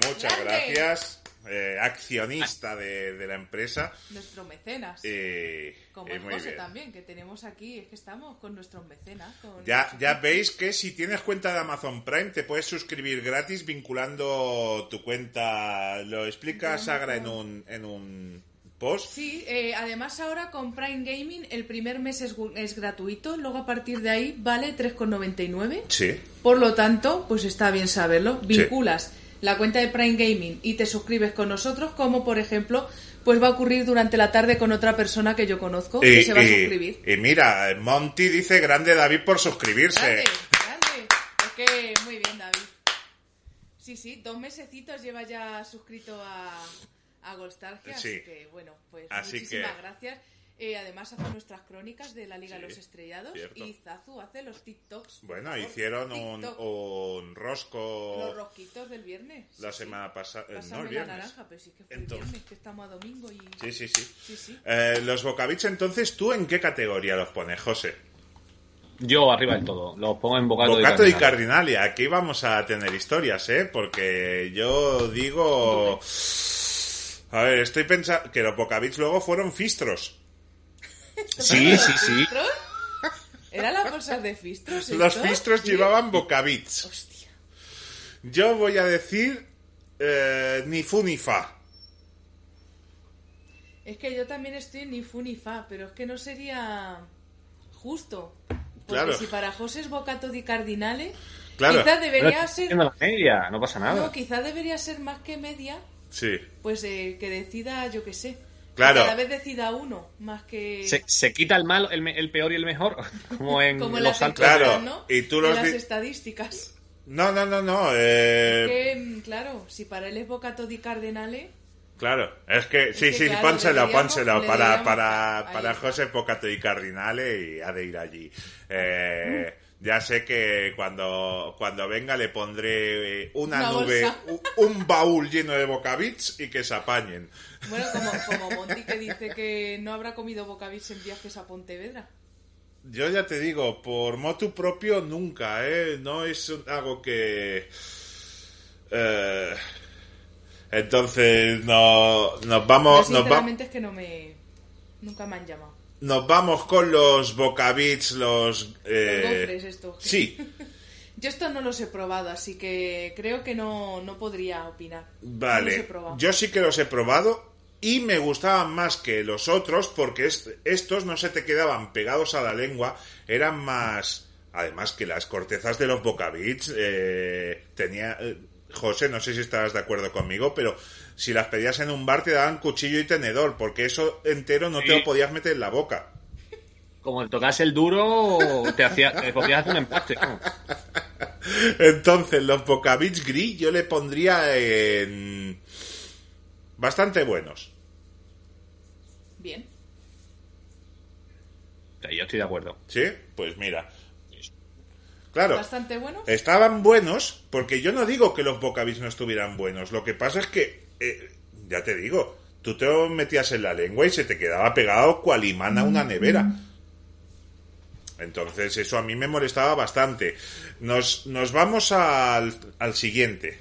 Speaker 2: Muchas
Speaker 1: Grande.
Speaker 2: gracias, eh, accionista de, de la empresa.
Speaker 1: Nuestro mecenas.
Speaker 2: Eh,
Speaker 1: Como
Speaker 2: eh,
Speaker 1: el
Speaker 2: muy
Speaker 1: José
Speaker 2: bien.
Speaker 1: también, que tenemos aquí, es que estamos con nuestros mecenas. Con...
Speaker 2: Ya, ya veis que si tienes cuenta de Amazon Prime te puedes suscribir gratis vinculando tu cuenta. Lo explica Sagra en un, en un post.
Speaker 1: Sí, eh, además ahora con Prime Gaming el primer mes es, gu- es gratuito, luego a partir de ahí vale 3,99.
Speaker 2: Sí.
Speaker 1: Por lo tanto, pues está bien saberlo. Vinculas la cuenta de Prime Gaming y te suscribes con nosotros, como por ejemplo, pues va a ocurrir durante la tarde con otra persona que yo conozco que se va a suscribir.
Speaker 2: y mira, Monty dice grande David por suscribirse.
Speaker 1: Grande, grande. Es que muy bien, David. Sí, sí, dos mesecitos lleva ya suscrito a, a Goldstargia,
Speaker 2: Sí.
Speaker 1: así que bueno, pues
Speaker 2: Así
Speaker 1: muchísimas
Speaker 2: que-
Speaker 1: gracias. Eh, además hace nuestras crónicas de la Liga
Speaker 2: Sí,
Speaker 1: de los Estrellados
Speaker 2: cierto.
Speaker 1: y Zazu hace los TikToks. por
Speaker 2: Bueno,
Speaker 1: favor,
Speaker 2: hicieron un,
Speaker 1: TikTok.
Speaker 2: un
Speaker 1: Los
Speaker 2: rosco
Speaker 1: rosquitos del viernes.
Speaker 2: la
Speaker 1: Sí,
Speaker 2: semana pasada.
Speaker 1: sí.
Speaker 2: No, el
Speaker 1: Pásame la
Speaker 2: viernes.
Speaker 1: naranja, pero sí que fue el
Speaker 2: Entonces-
Speaker 1: viernes, que estamos a domingo y...
Speaker 2: Sí, sí, sí.
Speaker 1: Sí, sí.
Speaker 2: Eh, los bocavits, entonces, ¿tú en qué categoría los pones, José?
Speaker 3: Yo arriba del todo, los pongo en bocado,
Speaker 2: Bocato
Speaker 3: y
Speaker 2: y
Speaker 3: carne.
Speaker 2: Cardinalia, aquí vamos a tener historias, ¿eh? Porque yo digo... A ver, estoy pensando que los Bocavits luego fueron fistros.
Speaker 3: Sí, sí, sí.
Speaker 1: ¿Fistros? ¿Era la cosa de Fistros?
Speaker 2: Los
Speaker 1: esto?
Speaker 2: fistros
Speaker 1: Sí.
Speaker 2: llevaban Bocavits.
Speaker 1: Hostia.
Speaker 2: Yo voy a decir eh, ni fu ni fa.
Speaker 1: Es que yo también estoy en ni fu ni fa, pero es que no sería justo. Porque
Speaker 2: Claro.
Speaker 1: si para José es bocato di cardinale,
Speaker 2: Claro.
Speaker 1: quizás
Speaker 3: Pero
Speaker 1: debería
Speaker 3: estoy
Speaker 1: ser.
Speaker 3: haciendo la media, no pasa nada.
Speaker 1: No, quizás debería ser más que media,
Speaker 2: Sí.
Speaker 1: pues eh, que decida, yo qué sé.
Speaker 2: Claro.
Speaker 1: Que Cada vez decida uno, más que.
Speaker 3: se, se quita el malo, el, me- el peor y el mejor, como en
Speaker 1: como en
Speaker 3: los
Speaker 1: las
Speaker 3: saltos.
Speaker 2: Claro.
Speaker 1: encuestas, ¿no?
Speaker 2: y tú
Speaker 1: En
Speaker 2: los
Speaker 1: las
Speaker 2: di-
Speaker 1: estadísticas.
Speaker 2: No, no, no, no. eh,
Speaker 1: Que, mm, claro, si para él es bocato di cardinale,
Speaker 2: Claro. Es que sí,
Speaker 1: Es que,
Speaker 2: sí,
Speaker 1: claro,
Speaker 2: pónselo,
Speaker 1: le diríamos-
Speaker 2: pónselo
Speaker 1: le
Speaker 2: para,
Speaker 1: diríamos-
Speaker 2: para,
Speaker 1: Ahí
Speaker 2: para
Speaker 1: está.
Speaker 2: José Bocato y Cardinale y ha de ir allí. Eh,
Speaker 1: Mm.
Speaker 2: ya sé que cuando, cuando venga le pondré eh,
Speaker 1: Una
Speaker 2: una, nube,
Speaker 1: bolsa.
Speaker 2: u- un baúl lleno de bocavits y que se apañen.
Speaker 1: bueno, como, como Monty que dice que no habrá comido bocabits en viajes a Pontevedra.
Speaker 2: Yo ya te digo, por motu propio nunca, ¿eh? No es un- algo que... eh, entonces no, nos
Speaker 1: Yo,
Speaker 2: vamos... Nos vamos
Speaker 1: sinceramente es que no me. Nunca me han llamado.
Speaker 2: Nos vamos con los bocavits, los... eh,
Speaker 1: Los gofres estos.
Speaker 2: Sí,
Speaker 1: Yo esto no los he probado, así que creo que no, no podría opinar. No los he
Speaker 2: vale.
Speaker 1: probado.
Speaker 2: Yo sí que los he probado y me gustaban más que los otros porque est- estos no se te quedaban pegados a la lengua, eran más... Además que las cortezas de los bocabits eh, tenía... eh, José, no sé si estarás de acuerdo conmigo, pero si las pedías en un bar te daban cuchillo y tenedor, porque eso entero no te
Speaker 3: Sí.
Speaker 2: lo podías meter en la boca.
Speaker 3: Como te tocase el duro, te, hacía, te podías hacer un empaste. ¿no?
Speaker 2: Entonces, los bocabits gris yo le pondría en... Bastante buenos.
Speaker 1: Bien.
Speaker 3: Sí, Yo estoy de acuerdo.
Speaker 2: ¿Sí? Pues mira. Claro.
Speaker 1: Bastante bueno.
Speaker 2: Estaban buenos, porque yo no digo que los bocabis no estuvieran buenos. Lo que pasa es que, eh, ya te digo, tú te lo metías en la lengua y se te quedaba pegado cual imán a una nevera. Entonces, eso a mí me molestaba bastante. Nos, nos vamos al, al siguiente: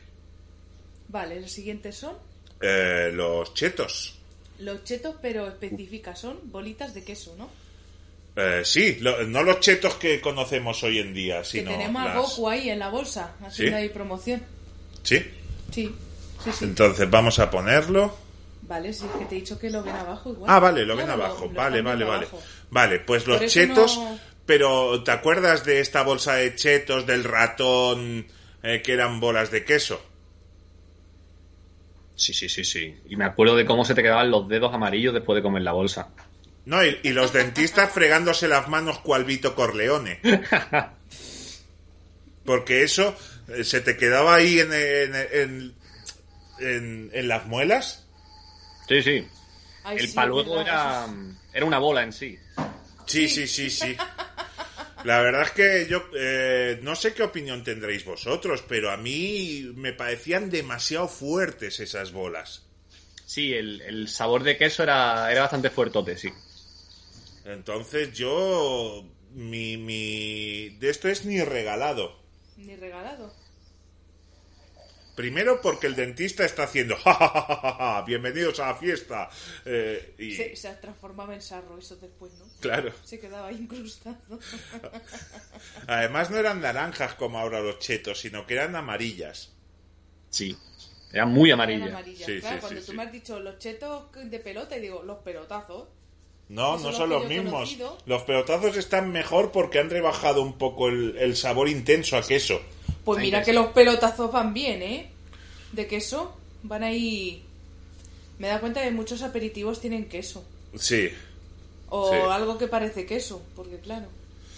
Speaker 1: Vale, los siguientes son
Speaker 2: Eh, los chetos.
Speaker 1: los chetos, pero especifica, son bolitas de queso, ¿no?
Speaker 2: Eh, sí, lo- no los chetos que conocemos hoy en día,
Speaker 1: que
Speaker 2: sino.
Speaker 1: tenemos a
Speaker 2: las-
Speaker 1: Goku ahí en la bolsa, haciendo ahí promoción.
Speaker 2: Sí,
Speaker 1: Sí, sí, sí.
Speaker 2: entonces vamos a ponerlo.
Speaker 1: Vale, sí, es que te he dicho que lo ven abajo igual.
Speaker 2: Ah, vale, lo ven
Speaker 1: Claro,
Speaker 2: abajo.
Speaker 1: lo
Speaker 2: vale,
Speaker 1: cambian
Speaker 2: vale, vale.
Speaker 1: abajo.
Speaker 2: Vale, pues los
Speaker 1: Por eso
Speaker 2: chetos.
Speaker 1: no-
Speaker 2: Pero, ¿te acuerdas de esta bolsa de chetos del ratón eh, que eran bolas de queso?
Speaker 3: Sí, sí, sí, sí. Y me acuerdo de cómo se te quedaban los dedos amarillos después de comer la bolsa.
Speaker 2: No, y, y los dentistas fregándose las manos cual Vito Corleone. Porque eso eh, se te quedaba ahí en, en, en- en- en las muelas.
Speaker 3: Sí, sí.
Speaker 1: Ay,
Speaker 3: El
Speaker 1: sí,
Speaker 3: paluego
Speaker 1: es
Speaker 3: era,
Speaker 1: verdad,
Speaker 3: era una bola en sí.
Speaker 2: Sí, sí, sí, sí. La verdad es que yo eh, no sé qué opinión tendréis vosotros, pero a mí me parecían demasiado fuertes esas bolas.
Speaker 3: Sí, el, el sabor de queso era, era bastante fuertote, sí.
Speaker 2: Entonces yo... Mi, mi... De esto es ni regalado.
Speaker 1: eso es Ni regalado.
Speaker 2: Primero porque el dentista está haciendo... "Ja, ja, ja, ja, ja, Bienvenidos a la fiesta. Eh, y
Speaker 1: Se, se transformaba en sarro eso después, ¿no?
Speaker 2: claro.
Speaker 1: Se quedaba ahí incrustado.
Speaker 2: Además no eran naranjas como ahora los chetos, sino que eran amarillas.
Speaker 3: Sí. Era muy
Speaker 1: Eran
Speaker 3: amarilla.
Speaker 1: amarillas.
Speaker 2: Sí,
Speaker 1: claro,
Speaker 2: sí,
Speaker 1: cuando
Speaker 2: sí,
Speaker 1: tú
Speaker 2: sí.
Speaker 1: me has dicho los chetos de pelota, y digo, los pelotazos.
Speaker 2: No,
Speaker 1: Eso
Speaker 2: no
Speaker 1: lo
Speaker 2: son
Speaker 1: que
Speaker 2: los
Speaker 1: yo he
Speaker 2: mismos.
Speaker 1: conocido.
Speaker 2: Los pelotazos están mejor porque han rebajado un poco el, el sabor intenso a queso.
Speaker 1: Pues
Speaker 3: Ahí
Speaker 1: mira
Speaker 3: ves.
Speaker 1: que los pelotazos van bien, ¿eh? De queso. Van ahí. Me da cuenta que muchos aperitivos tienen queso.
Speaker 2: Sí,
Speaker 1: O
Speaker 2: Sí.
Speaker 1: algo que parece queso, porque claro.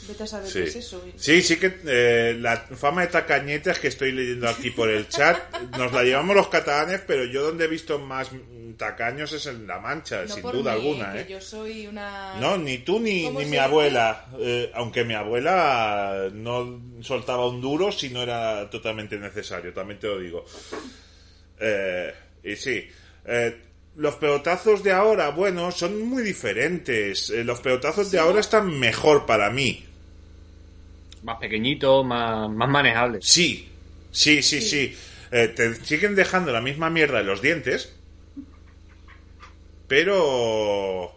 Speaker 1: Vete a saber
Speaker 2: sí.
Speaker 1: qué es Pues eso.
Speaker 2: Sí, sí que eh, la fama de tacañetas que estoy leyendo aquí por el chat nos la llevamos los catalanes, pero yo donde he visto más mm, tacaños es en La Mancha,
Speaker 1: No
Speaker 2: sin
Speaker 1: por
Speaker 2: duda
Speaker 1: mí,
Speaker 2: alguna.
Speaker 1: que
Speaker 2: ¿eh?
Speaker 1: Yo soy una.
Speaker 2: No, ni tú ni,
Speaker 1: ¿Cómo
Speaker 2: ni
Speaker 1: se
Speaker 2: mi
Speaker 1: dice?
Speaker 2: abuela, eh, aunque mi abuela no soltaba un duro si no era totalmente necesario, también te lo digo. Eh, y sí, eh, los pelotazos de ahora, bueno, son muy diferentes. Eh, los pelotazos de ahora están mejor para mí.
Speaker 3: Más pequeñito, más, más manejable.
Speaker 2: Sí, sí, sí, sí. Eh, te siguen dejando la misma mierda en los dientes. Pero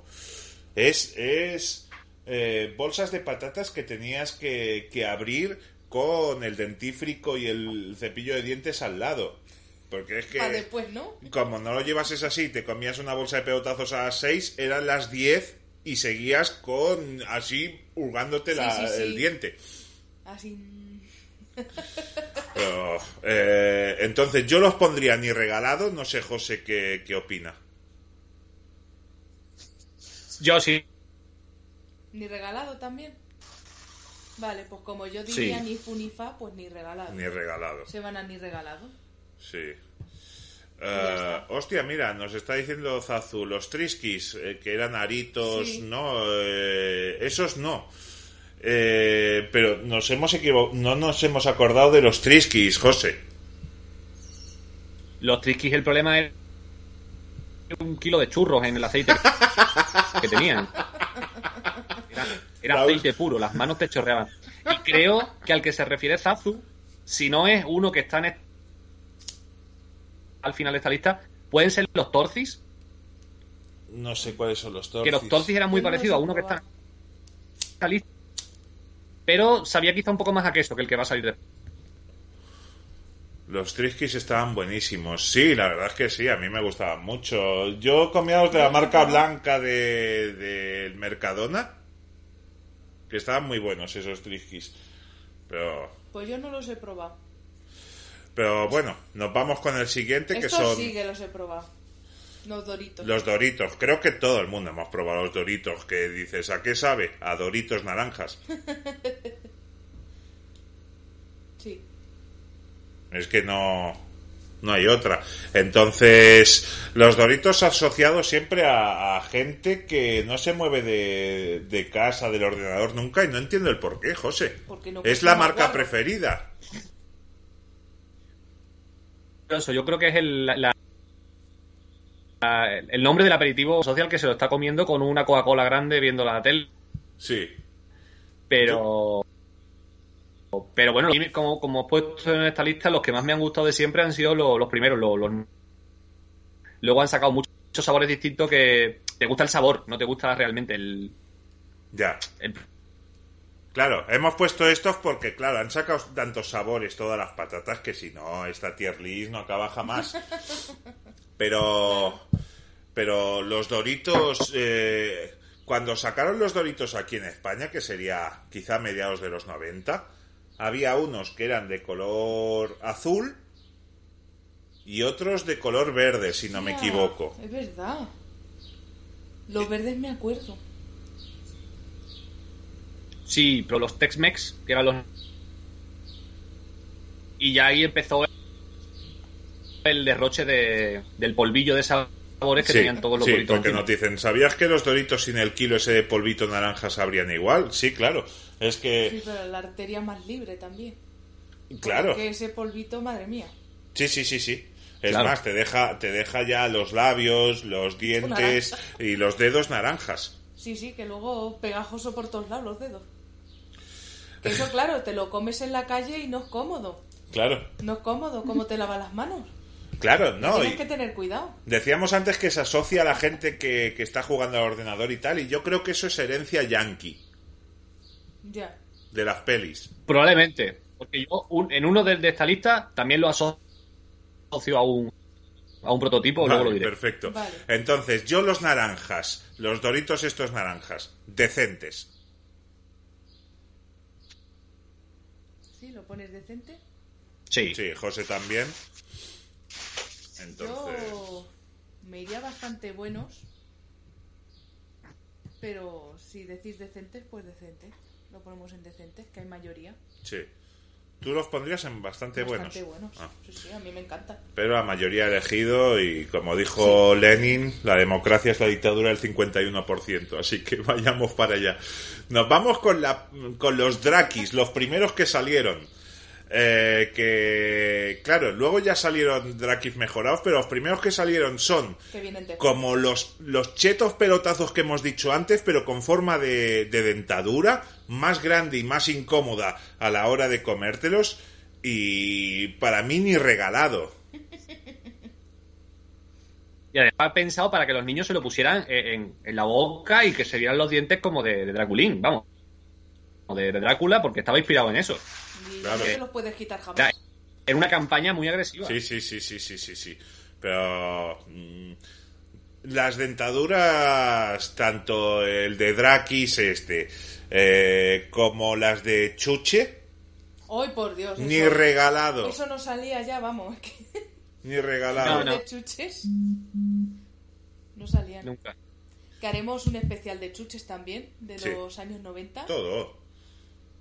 Speaker 2: es, es eh, bolsas de patatas que tenías que, que abrir con el dentífrico y el cepillo de dientes al lado. Porque es que
Speaker 1: Para después, ¿no?
Speaker 2: como no lo llevases así, te comías una bolsa de pelotazos a las 6, eran las 10 y seguías con así hurgándote la-
Speaker 1: Sí, sí, sí.
Speaker 2: el diente.
Speaker 1: Así.
Speaker 2: Pero, eh, entonces yo los pondría ni regalado, no sé José qué, qué opina.
Speaker 3: Yo sí.
Speaker 1: Ni regalado también. Vale, pues como yo diría
Speaker 3: Sí.
Speaker 1: ni funifa, pues ni regalado.
Speaker 2: Ni regalado,
Speaker 1: Se van a ni regalado.
Speaker 2: sí. Eh, hostia, mira, nos está diciendo Zazu, los triskis, eh, que eran aritos,
Speaker 1: Sí.
Speaker 2: no, Eh, esos no. Eh, pero nos hemos equivo- no nos hemos acordado de los triskis, José.
Speaker 3: Los triquis, el problema es un kilo de churros en el aceite que tenían. Era, era
Speaker 2: La
Speaker 3: aceite puro, las manos te chorreaban. Y creo que al que se refiere Zazu, si no es uno que está en est- al final de esta lista, pueden ser los torcis,
Speaker 2: No sé cuáles son los tortis.
Speaker 3: que los torcis eran muy
Speaker 1: Yo no los
Speaker 3: parecidos a
Speaker 1: he
Speaker 3: uno que está en
Speaker 1: probado.
Speaker 3: esta lista. Pero sabía quizá un poco más a queso que el que va a salir después.
Speaker 2: Los Triskis estaban buenísimos. Sí, la verdad es que sí, a mí me gustaban mucho. Yo comía los de la marca blanca de- del Mercadona, que estaban muy buenos esos Triskis. Pero,
Speaker 1: Pues yo no los he probado.
Speaker 2: pero bueno, nos vamos con el siguiente, que
Speaker 1: Estos
Speaker 2: son
Speaker 1: sí que los he probado. Los doritos.
Speaker 2: los Doritos. Creo que todo el mundo hemos probado los Doritos, que dices, ¿a qué sabe? A Doritos naranjas.
Speaker 1: Sí.
Speaker 2: Es que no, no hay otra. Entonces, los Doritos asociados siempre a, a gente que no se mueve de, de casa, del ordenador nunca, y no entiendo el por qué, José.
Speaker 1: Porque no
Speaker 2: es la
Speaker 1: consume
Speaker 2: marca
Speaker 1: guarro.
Speaker 2: preferida.
Speaker 3: Curioso, Yo creo que es el, la- la- la- el nombre del aperitivo social que se lo está comiendo con una Coca-Cola grande viendo la tele.
Speaker 2: Sí.
Speaker 3: Pero. Pero bueno, a mí, como, como he puesto en esta lista, los que más me han gustado de siempre han sido lo- los, primeros. Los, los- Luego han sacado muchos, muchos sabores distintos que te gusta el sabor, no te gusta realmente el.
Speaker 2: Ya.
Speaker 3: el-
Speaker 2: Claro, hemos puesto estos porque, claro, han sacado tantos sabores todas las patatas que si no, esta tier list no acaba jamás. Pero, pero los Doritos, eh, cuando sacaron los Doritos aquí en España, que sería quizá a mediados de los 90, había unos que eran de color azul y otros de color verde, si no me
Speaker 1: Ya,
Speaker 2: equivoco. Eh,
Speaker 1: Es verdad. Los verdes me acuerdo.
Speaker 3: Sí, pero los Tex-Mex, que eran los. Y ya ahí empezó el derroche de, del polvillo de sabores que
Speaker 2: Sí,
Speaker 3: tenían todos los
Speaker 2: sí,
Speaker 3: doritos
Speaker 2: porque
Speaker 3: encima.
Speaker 2: nos dicen, ¿sabías que los doritos sin el kilo ese de polvito naranja sabrían igual? Sí, claro. Es
Speaker 1: Sí,
Speaker 2: que,
Speaker 1: pero la arteria más libre también.
Speaker 2: claro.
Speaker 1: Que ese polvito, madre mía.
Speaker 2: Sí, sí, sí, sí. Es
Speaker 3: Claro.
Speaker 2: más, te deja, te deja ya los labios, los dientes y los dedos naranjas.
Speaker 1: Sí, sí, que luego pegajoso por todos lados los dedos. Que eso, claro, te lo comes en la calle y no es cómodo.
Speaker 2: Claro.
Speaker 1: No es cómodo cómo te lavas las manos.
Speaker 2: Claro, no.
Speaker 1: Tienes
Speaker 2: y-
Speaker 1: que tener cuidado.
Speaker 2: Decíamos antes que se asocia a la gente que, que está jugando al ordenador y tal, y yo creo que eso es herencia yankee
Speaker 1: Ya.
Speaker 2: de las pelis.
Speaker 3: Probablemente. Porque yo un- en uno de, de esta lista también lo aso- asocio a un, a un prototipo, luego
Speaker 2: Vale,
Speaker 3: lo diré.
Speaker 2: perfecto.
Speaker 1: Vale.
Speaker 2: Entonces, yo los naranjas, los doritos estos naranjas, decentes.
Speaker 1: Sí, lo pones decente.
Speaker 3: Sí.
Speaker 2: Sí, José también. Entonces,
Speaker 1: Yo me iría bastante buenos. Pero si decís decentes, pues decentes. Lo ponemos en decentes, que hay mayoría.
Speaker 2: sí. Tú los pondrías en bastante,
Speaker 1: bastante
Speaker 2: buenos.
Speaker 1: buenos.
Speaker 2: Ah,
Speaker 1: Sí, sí, a mí me encanta.
Speaker 2: pero la mayoría ha elegido y como dijo Lenin, la democracia es la dictadura del 51%, así que vayamos para allá. Nos vamos con, la, con los Drakis, los primeros que salieron. Eh, que claro, luego ya salieron Drakis mejorados, pero los primeros que salieron son
Speaker 1: Que vienen de...
Speaker 2: como los, los chetos pelotazos que hemos dicho antes, pero con forma de, de dentadura, más grande y más incómoda a la hora de comértelos, y para mí ni regalado.
Speaker 3: Y además ha pensado para que los niños se lo pusieran en, en- en la boca y que se vieran los dientes como de, de Draculín, vamos. O de, de Drácula, porque estaba inspirado en eso.
Speaker 1: Y
Speaker 2: Claro.
Speaker 1: no te los puedes quitar
Speaker 3: O sea,
Speaker 1: jamás.
Speaker 3: era una campaña muy agresiva.
Speaker 2: Sí, sí, sí, sí, sí, sí, sí. Pero mm, las dentaduras, tanto el de Drakis este, eh, como las de Chuche,
Speaker 1: ¡Ay, por Dios!
Speaker 2: ni
Speaker 1: eso-
Speaker 2: regalado,
Speaker 1: Eso no salía ya, vamos. es que
Speaker 2: ni regalado.
Speaker 3: No, no.
Speaker 1: de chuches no salían.
Speaker 3: Nunca.
Speaker 1: Que haremos un especial de chuches también, de
Speaker 2: Sí.
Speaker 1: los años 90.
Speaker 2: Todo,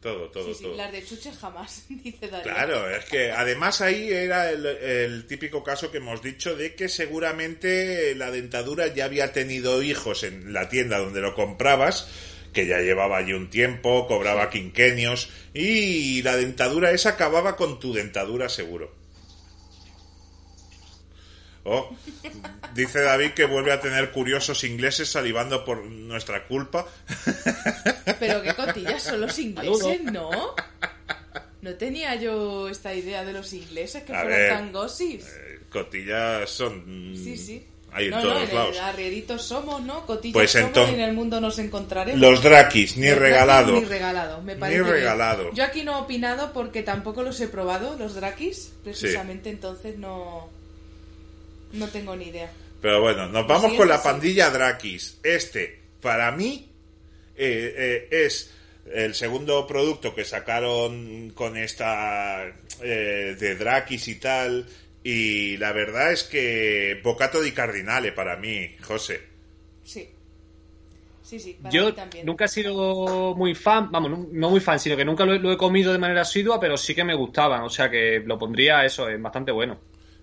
Speaker 2: todo, todo,
Speaker 1: Sí, sí,
Speaker 2: todo.
Speaker 1: las de chuches jamás, dice Darío.
Speaker 2: Claro, es que además ahí era el, el típico caso que hemos dicho de que seguramente la dentadura ya había tenido hijos en la tienda donde lo comprabas, que ya llevaba allí un tiempo, cobraba quinquenios y la dentadura esa acababa con tu dentadura seguro. Oh, dice David que vuelve a tener curiosos ingleses salivando por nuestra culpa.
Speaker 1: Pero qué cotillas son los ingleses, ¿no? No tenía yo esta idea de los ingleses que
Speaker 2: A
Speaker 1: fueron
Speaker 2: ver.
Speaker 1: tan gossips.
Speaker 2: Eh, Cotillas Eh, son... mm,
Speaker 1: Sí, sí.
Speaker 2: Hay en
Speaker 1: No, no,
Speaker 2: todos
Speaker 1: en
Speaker 2: lados.
Speaker 1: el arrieritos somos, ¿no? Cotillas
Speaker 2: Pues
Speaker 1: somos y
Speaker 2: entonces-
Speaker 1: en el mundo nos encontraremos.
Speaker 2: Los Drakis, ni
Speaker 1: Los drakis
Speaker 2: regalados.
Speaker 1: Ni regalado, me parece. bien.
Speaker 2: regalado.
Speaker 1: Yo aquí no he opinado porque tampoco los he probado, los Drakis, precisamente, entonces no. No tengo ni idea.
Speaker 2: Pero bueno, nos vamos
Speaker 1: Sí,
Speaker 2: con la
Speaker 1: sí.
Speaker 2: pandilla Drakis. Este, para mí, eh, eh, es el segundo producto que sacaron con esta eh, de Drakis y tal. Y la verdad es que Bocato di Cardinale para mí, José.
Speaker 1: Sí. Sí, sí, para
Speaker 3: Yo
Speaker 1: mí también.
Speaker 3: nunca he sido muy fan, vamos, no- no muy fan, sino que nunca lo he, lo he comido de manera asidua, pero sí que me gustaban, o sea que lo pondría eso, es bastante bueno.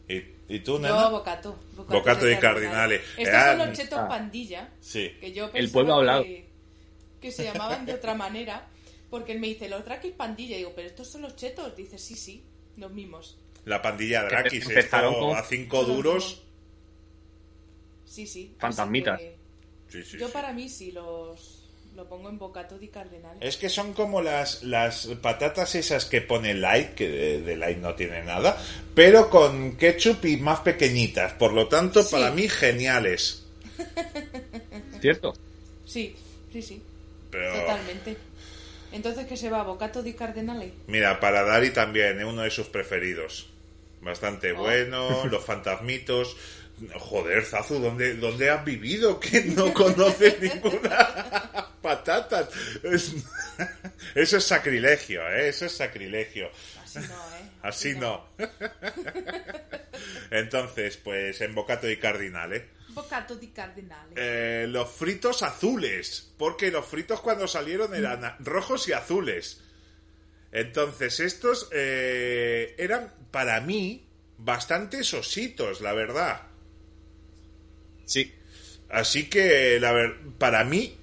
Speaker 2: ¿Y, y tú, nena?
Speaker 1: Yo, Bocato.
Speaker 2: Bocato de cardinales.
Speaker 1: Estos
Speaker 2: Ah,
Speaker 1: son los chetos
Speaker 3: ah.
Speaker 1: pandilla.
Speaker 2: Sí.
Speaker 1: Que yo
Speaker 3: El
Speaker 1: pensaba
Speaker 3: pueblo ha hablado.
Speaker 1: Que, que se llamaban de otra manera. Porque él me dice, los Drakis pandilla. Y digo, pero estos son los chetos. Dice, sí, sí, los mismos.
Speaker 2: La pandilla
Speaker 3: Que
Speaker 2: Drakis.
Speaker 3: empezaron
Speaker 2: esto
Speaker 3: con-
Speaker 2: a cinco duros.
Speaker 1: Sí, sí.
Speaker 3: Fantasmitas.
Speaker 1: Así que
Speaker 2: Sí, sí,
Speaker 1: yo
Speaker 2: sí.
Speaker 1: para mí sí los lo pongo en bocato di cardenales.
Speaker 2: Es que son como las, las patatas esas que pone light, que de, de light no tiene nada, pero con ketchup y más pequeñitas. Por lo tanto,
Speaker 1: Sí.
Speaker 2: para mí, geniales.
Speaker 3: ¿Cierto?
Speaker 1: Sí, sí, sí.
Speaker 2: Pero,
Speaker 1: Totalmente. Entonces, ¿qué se va? ¿Bocato di cardenales?
Speaker 2: mira, para Dari también, ¿eh? uno de sus preferidos. Bastante bueno, los fantasmitos. Joder, Zazu, ¿dónde, ¿dónde has vivido? Que no conoces ninguna patatas. Es- Eso es sacrilegio, ¿eh? Eso es sacrilegio.
Speaker 1: Así no, ¿eh?
Speaker 2: Así no. Entonces, pues en bocato y cardinal, ¿eh?
Speaker 1: Bocato di cardenales.
Speaker 2: Eh, Los fritos azules, porque los fritos cuando salieron eran a- rojos y azules. Entonces, estos eh, eran para mí bastantes ositos, la verdad.
Speaker 3: Sí.
Speaker 2: Así que, la ver- para mí,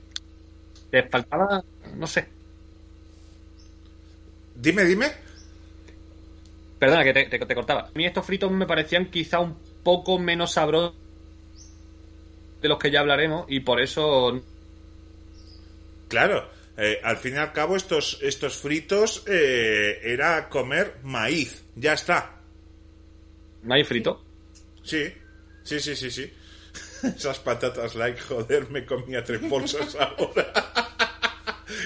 Speaker 3: Les faltaba, no sé.
Speaker 2: dime, dime.
Speaker 3: Perdona, que te, te- te cortaba. A mí estos fritos me parecían quizá un poco menos sabrosos de los que ya hablaremos y por eso
Speaker 2: Claro, eh, al fin y al cabo estos, estos fritos eh, era comer maíz, ya está.
Speaker 3: no hay frito.
Speaker 2: Sí, sí, sí, sí, sí. Esas patatas like, joder, me comía tres bolsas ahora.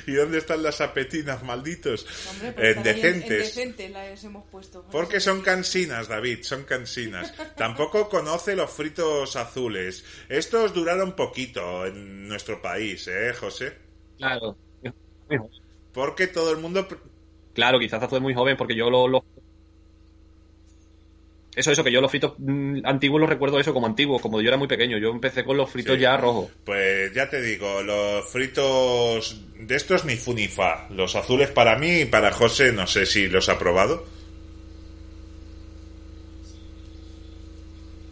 Speaker 2: ¿Y dónde están las apetinas, malditos?
Speaker 1: Hombre, pues
Speaker 2: en
Speaker 1: están ahí en- en
Speaker 2: decentes.
Speaker 1: decentes las hemos puesto.
Speaker 2: Porque son cansinas, David, son cansinas. Tampoco conoce los fritos azules. Estos duraron poquito en nuestro país, ¿eh, José?
Speaker 3: Claro.
Speaker 2: Porque todo el mundo... pr-
Speaker 3: Claro, quizás fue muy joven porque yo los... Eso, eso, que yo los fritos mm, antiguos los recuerdo eso como antiguos, como yo era muy pequeño. Yo empecé con los fritos
Speaker 2: Sí.
Speaker 3: ya rojos.
Speaker 2: Pues ya te digo, los fritos de estos ni fu ni fa. Los azules para mí y para José, no sé si los ha probado.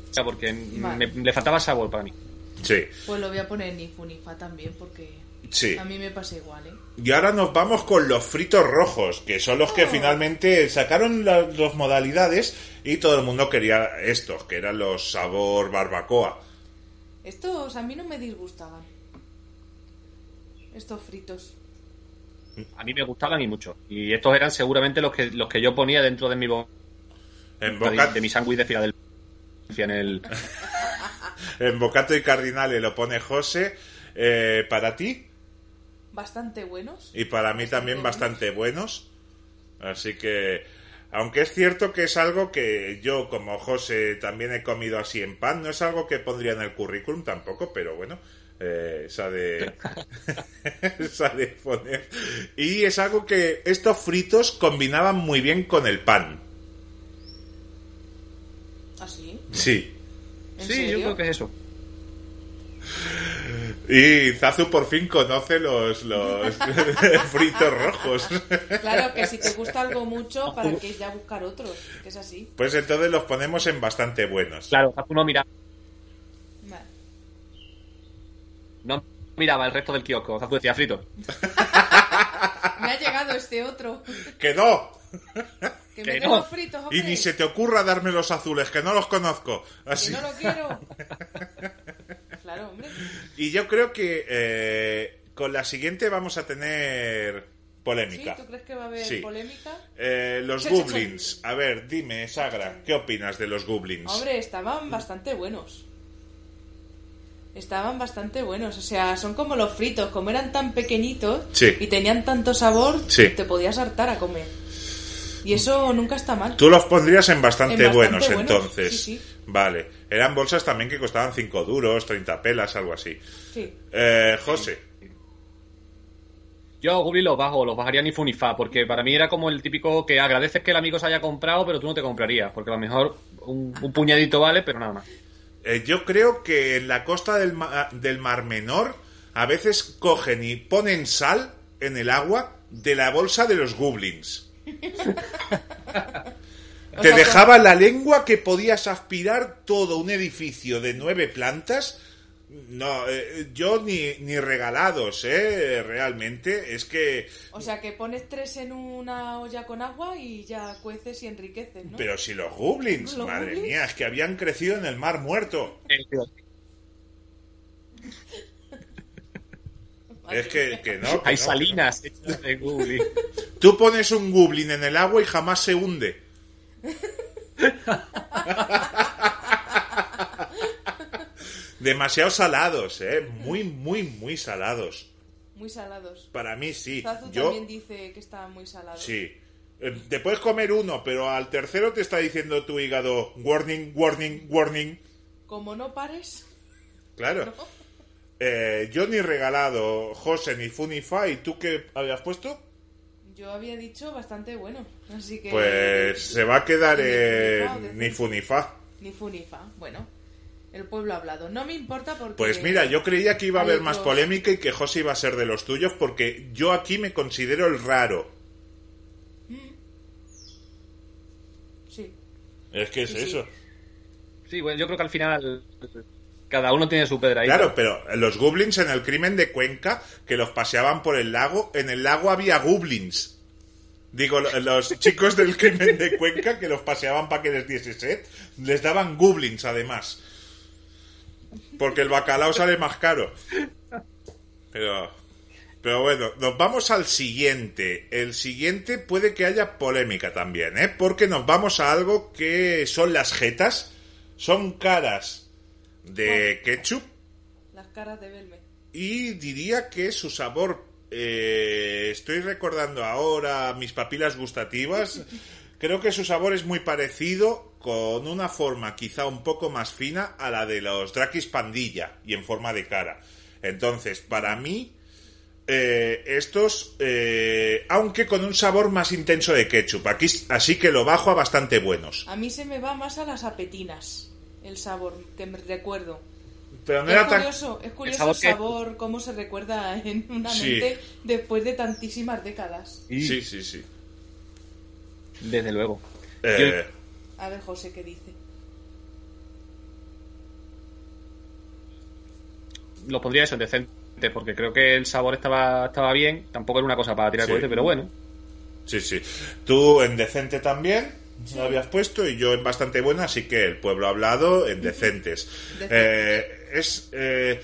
Speaker 3: O sea, porque mm,
Speaker 1: Vale.
Speaker 3: me- le faltaba sabor para mí.
Speaker 2: Sí.
Speaker 1: Pues lo voy a poner ni fu ni fa también, porque
Speaker 2: Sí.
Speaker 1: a mí me pasa igual, ¿eh?
Speaker 2: Y ahora nos vamos con los fritos rojos, que son los que
Speaker 1: Oh.
Speaker 2: finalmente sacaron las dos modalidades y todo el mundo quería estos, que eran los sabor barbacoa.
Speaker 1: Estos a mí no me disgustaban. Estos fritos.
Speaker 3: A mí me gustaban y mucho. Y estos eran seguramente los que, los que yo ponía dentro de mi bo-
Speaker 2: En,
Speaker 3: de,
Speaker 2: boca,
Speaker 3: mi sándwich de Filadelfia en el...
Speaker 2: en bocato y cardinale lo pone José. eh, para ti
Speaker 1: Bastante buenos.
Speaker 2: y para mí también bastante buenos. Así que, aunque es cierto que es algo que yo, como José, también he comido así en pan, no es algo que pondría en el currículum tampoco, pero bueno, eh, esa de. esa de poner. Y es algo que estos fritos combinaban muy bien con el pan.
Speaker 1: ¿Así?
Speaker 2: Sí.
Speaker 1: ¿Ah, ¿En
Speaker 3: Sí, yo
Speaker 1: serio?
Speaker 3: creo que es eso.
Speaker 2: Y Zazu por fin conoce los, los fritos rojos.
Speaker 1: Claro, que si te gusta algo mucho, ¿para que ya buscar otros? Que es así.
Speaker 2: Pues entonces los ponemos en bastante buenos.
Speaker 3: Claro, uno miraba,
Speaker 1: Vale.
Speaker 3: no miraba el resto del kiosco. Zazu decía frito.
Speaker 1: Me ha llegado este otro.
Speaker 2: ¡Que no!
Speaker 1: Que
Speaker 3: Que
Speaker 1: me
Speaker 3: no.
Speaker 1: quedo fritos, hombre.
Speaker 2: Y ni se te ocurra darme los azules, que no los conozco.
Speaker 1: Que
Speaker 2: Así.
Speaker 1: no lo quiero. Claro, hombre.
Speaker 2: Y yo creo que eh, con la siguiente vamos a tener
Speaker 1: ¿Sí?
Speaker 2: polémica.
Speaker 1: ¿Tú crees que va a haber
Speaker 2: Sí.
Speaker 1: polémica?
Speaker 2: Eh, los
Speaker 1: Cha, cha, cha.
Speaker 2: goblins. A ver, dime, Sagra, ¿qué opinas de los goblins?
Speaker 1: Hombre, estaban bastante buenos. Estaban bastante buenos, o sea, son como los fritos, como eran tan pequeñitos
Speaker 2: Sí.
Speaker 1: y tenían tanto sabor,
Speaker 2: Sí.
Speaker 1: te podías hartar a comer. Y eso nunca está mal.
Speaker 2: Tú los pondrías en bastante,
Speaker 1: En bastante
Speaker 2: buenos,
Speaker 1: buenos,
Speaker 2: entonces.
Speaker 1: sí, sí.
Speaker 2: Vale. Eran bolsas también que costaban 5 duros, 30 pelas, algo así.
Speaker 1: Sí.
Speaker 2: Eh, José,
Speaker 3: Yo, Gubli, los bajo, los bajaría ni funifa, porque para mí era como el típico que agradeces que el amigo se haya comprado, pero tú no te comprarías, porque a lo mejor un, un puñadito vale, pero nada más.
Speaker 2: eh, yo creo que en la costa del, ma- del Mar Menor a veces cogen y ponen sal en el agua de la bolsa de los goblins.
Speaker 1: O
Speaker 2: Te
Speaker 1: sea,
Speaker 2: dejaba la lengua que podías aspirar todo un edificio de nueve plantas. No, eh, yo ni, ni regalados, ¿eh? Realmente. Es que
Speaker 1: O sea, que pones tres en una olla con agua y ya cueces y enriqueces, ¿no?
Speaker 2: Pero si los goblins,
Speaker 1: ¿Los
Speaker 2: madre
Speaker 1: goblins?
Speaker 2: mía, es que habían crecido en el mar muerto.
Speaker 1: Madre
Speaker 2: Es que,
Speaker 1: mía.
Speaker 2: que no. que no,
Speaker 3: Hay
Speaker 2: que
Speaker 3: salinas hechas de Gubli.
Speaker 2: no. Tú pones un goblin en el agua y jamás se hunde. Demasiado salados, ¿eh? Muy, muy, muy salados.
Speaker 1: Muy salados.
Speaker 2: Para mí sí.
Speaker 1: Zazu
Speaker 2: Yo,
Speaker 1: también dice que está muy salado.
Speaker 2: sí. Eh, Te puedes comer uno, pero al tercero te está diciendo tu hígado, warning, warning, warning.
Speaker 1: Como no pares,
Speaker 2: Claro. Eh, yo ni regalado, José, ni Funifa, ¿y tú qué habías puesto?
Speaker 1: yo había dicho bastante bueno. Así que.
Speaker 2: Pues se va a quedar
Speaker 1: Ni
Speaker 2: en
Speaker 1: Funifa o de-
Speaker 2: ni Funifa.
Speaker 1: Ni funifa. Bueno, el pueblo ha hablado. No me importa porque.
Speaker 2: Pues mira, yo creía que iba a
Speaker 1: Hay
Speaker 2: haber más
Speaker 1: otros.
Speaker 2: polémica y que José iba a ser de los tuyos porque yo aquí me considero el raro.
Speaker 1: Sí.
Speaker 2: Es que es
Speaker 1: Sí, sí.
Speaker 2: eso.
Speaker 3: Sí, bueno, yo creo que al final cada uno tiene su pedradita.
Speaker 2: Claro, pero los goblins en el crimen de Cuenca, que los paseaban por el lago, en el lago había goblins. Digo, lo- los chicos del crimen de Cuenca que los paseaban para que les diese sed, les daban goblins además. Porque el bacalao sale más caro. Pero, pero bueno, nos vamos al siguiente. El siguiente puede que haya polémica también, ¿eh? Porque nos vamos a algo que son las jetas. Son caras de ketchup
Speaker 1: Las caras de verme.
Speaker 2: y diría que su sabor, eh, estoy recordando ahora mis papilas gustativas, creo que su sabor es muy parecido con una forma quizá un poco más fina a la de los Drakis Pandilla y en forma de cara. Entonces, para mí, eh, estos, eh, aunque con un sabor más intenso de ketchup, aquí, así que lo bajo a bastante buenos.
Speaker 1: A mí se me va más a las apetinas. El sabor que me recuerdo.
Speaker 2: Pero no
Speaker 1: Es
Speaker 2: era tan...
Speaker 1: curioso, es curioso el
Speaker 3: sabor
Speaker 1: sabor,
Speaker 3: que-
Speaker 1: cómo se recuerda en una
Speaker 2: Sí.
Speaker 1: mente después de tantísimas décadas.
Speaker 3: Y,
Speaker 2: Sí, sí, sí.
Speaker 3: Desde luego.
Speaker 2: Eh,
Speaker 1: A ver, José, ¿qué dice?
Speaker 3: Lo pondría eso en decente, porque creo que el sabor estaba, estaba bien. Tampoco era una cosa para tirar
Speaker 2: Sí.
Speaker 3: cohete, pero bueno.
Speaker 2: Sí, sí. Tú en decente también lo habías puesto y yo en bastante buena, así que el pueblo ha hablado en decentes. Eh, es eh,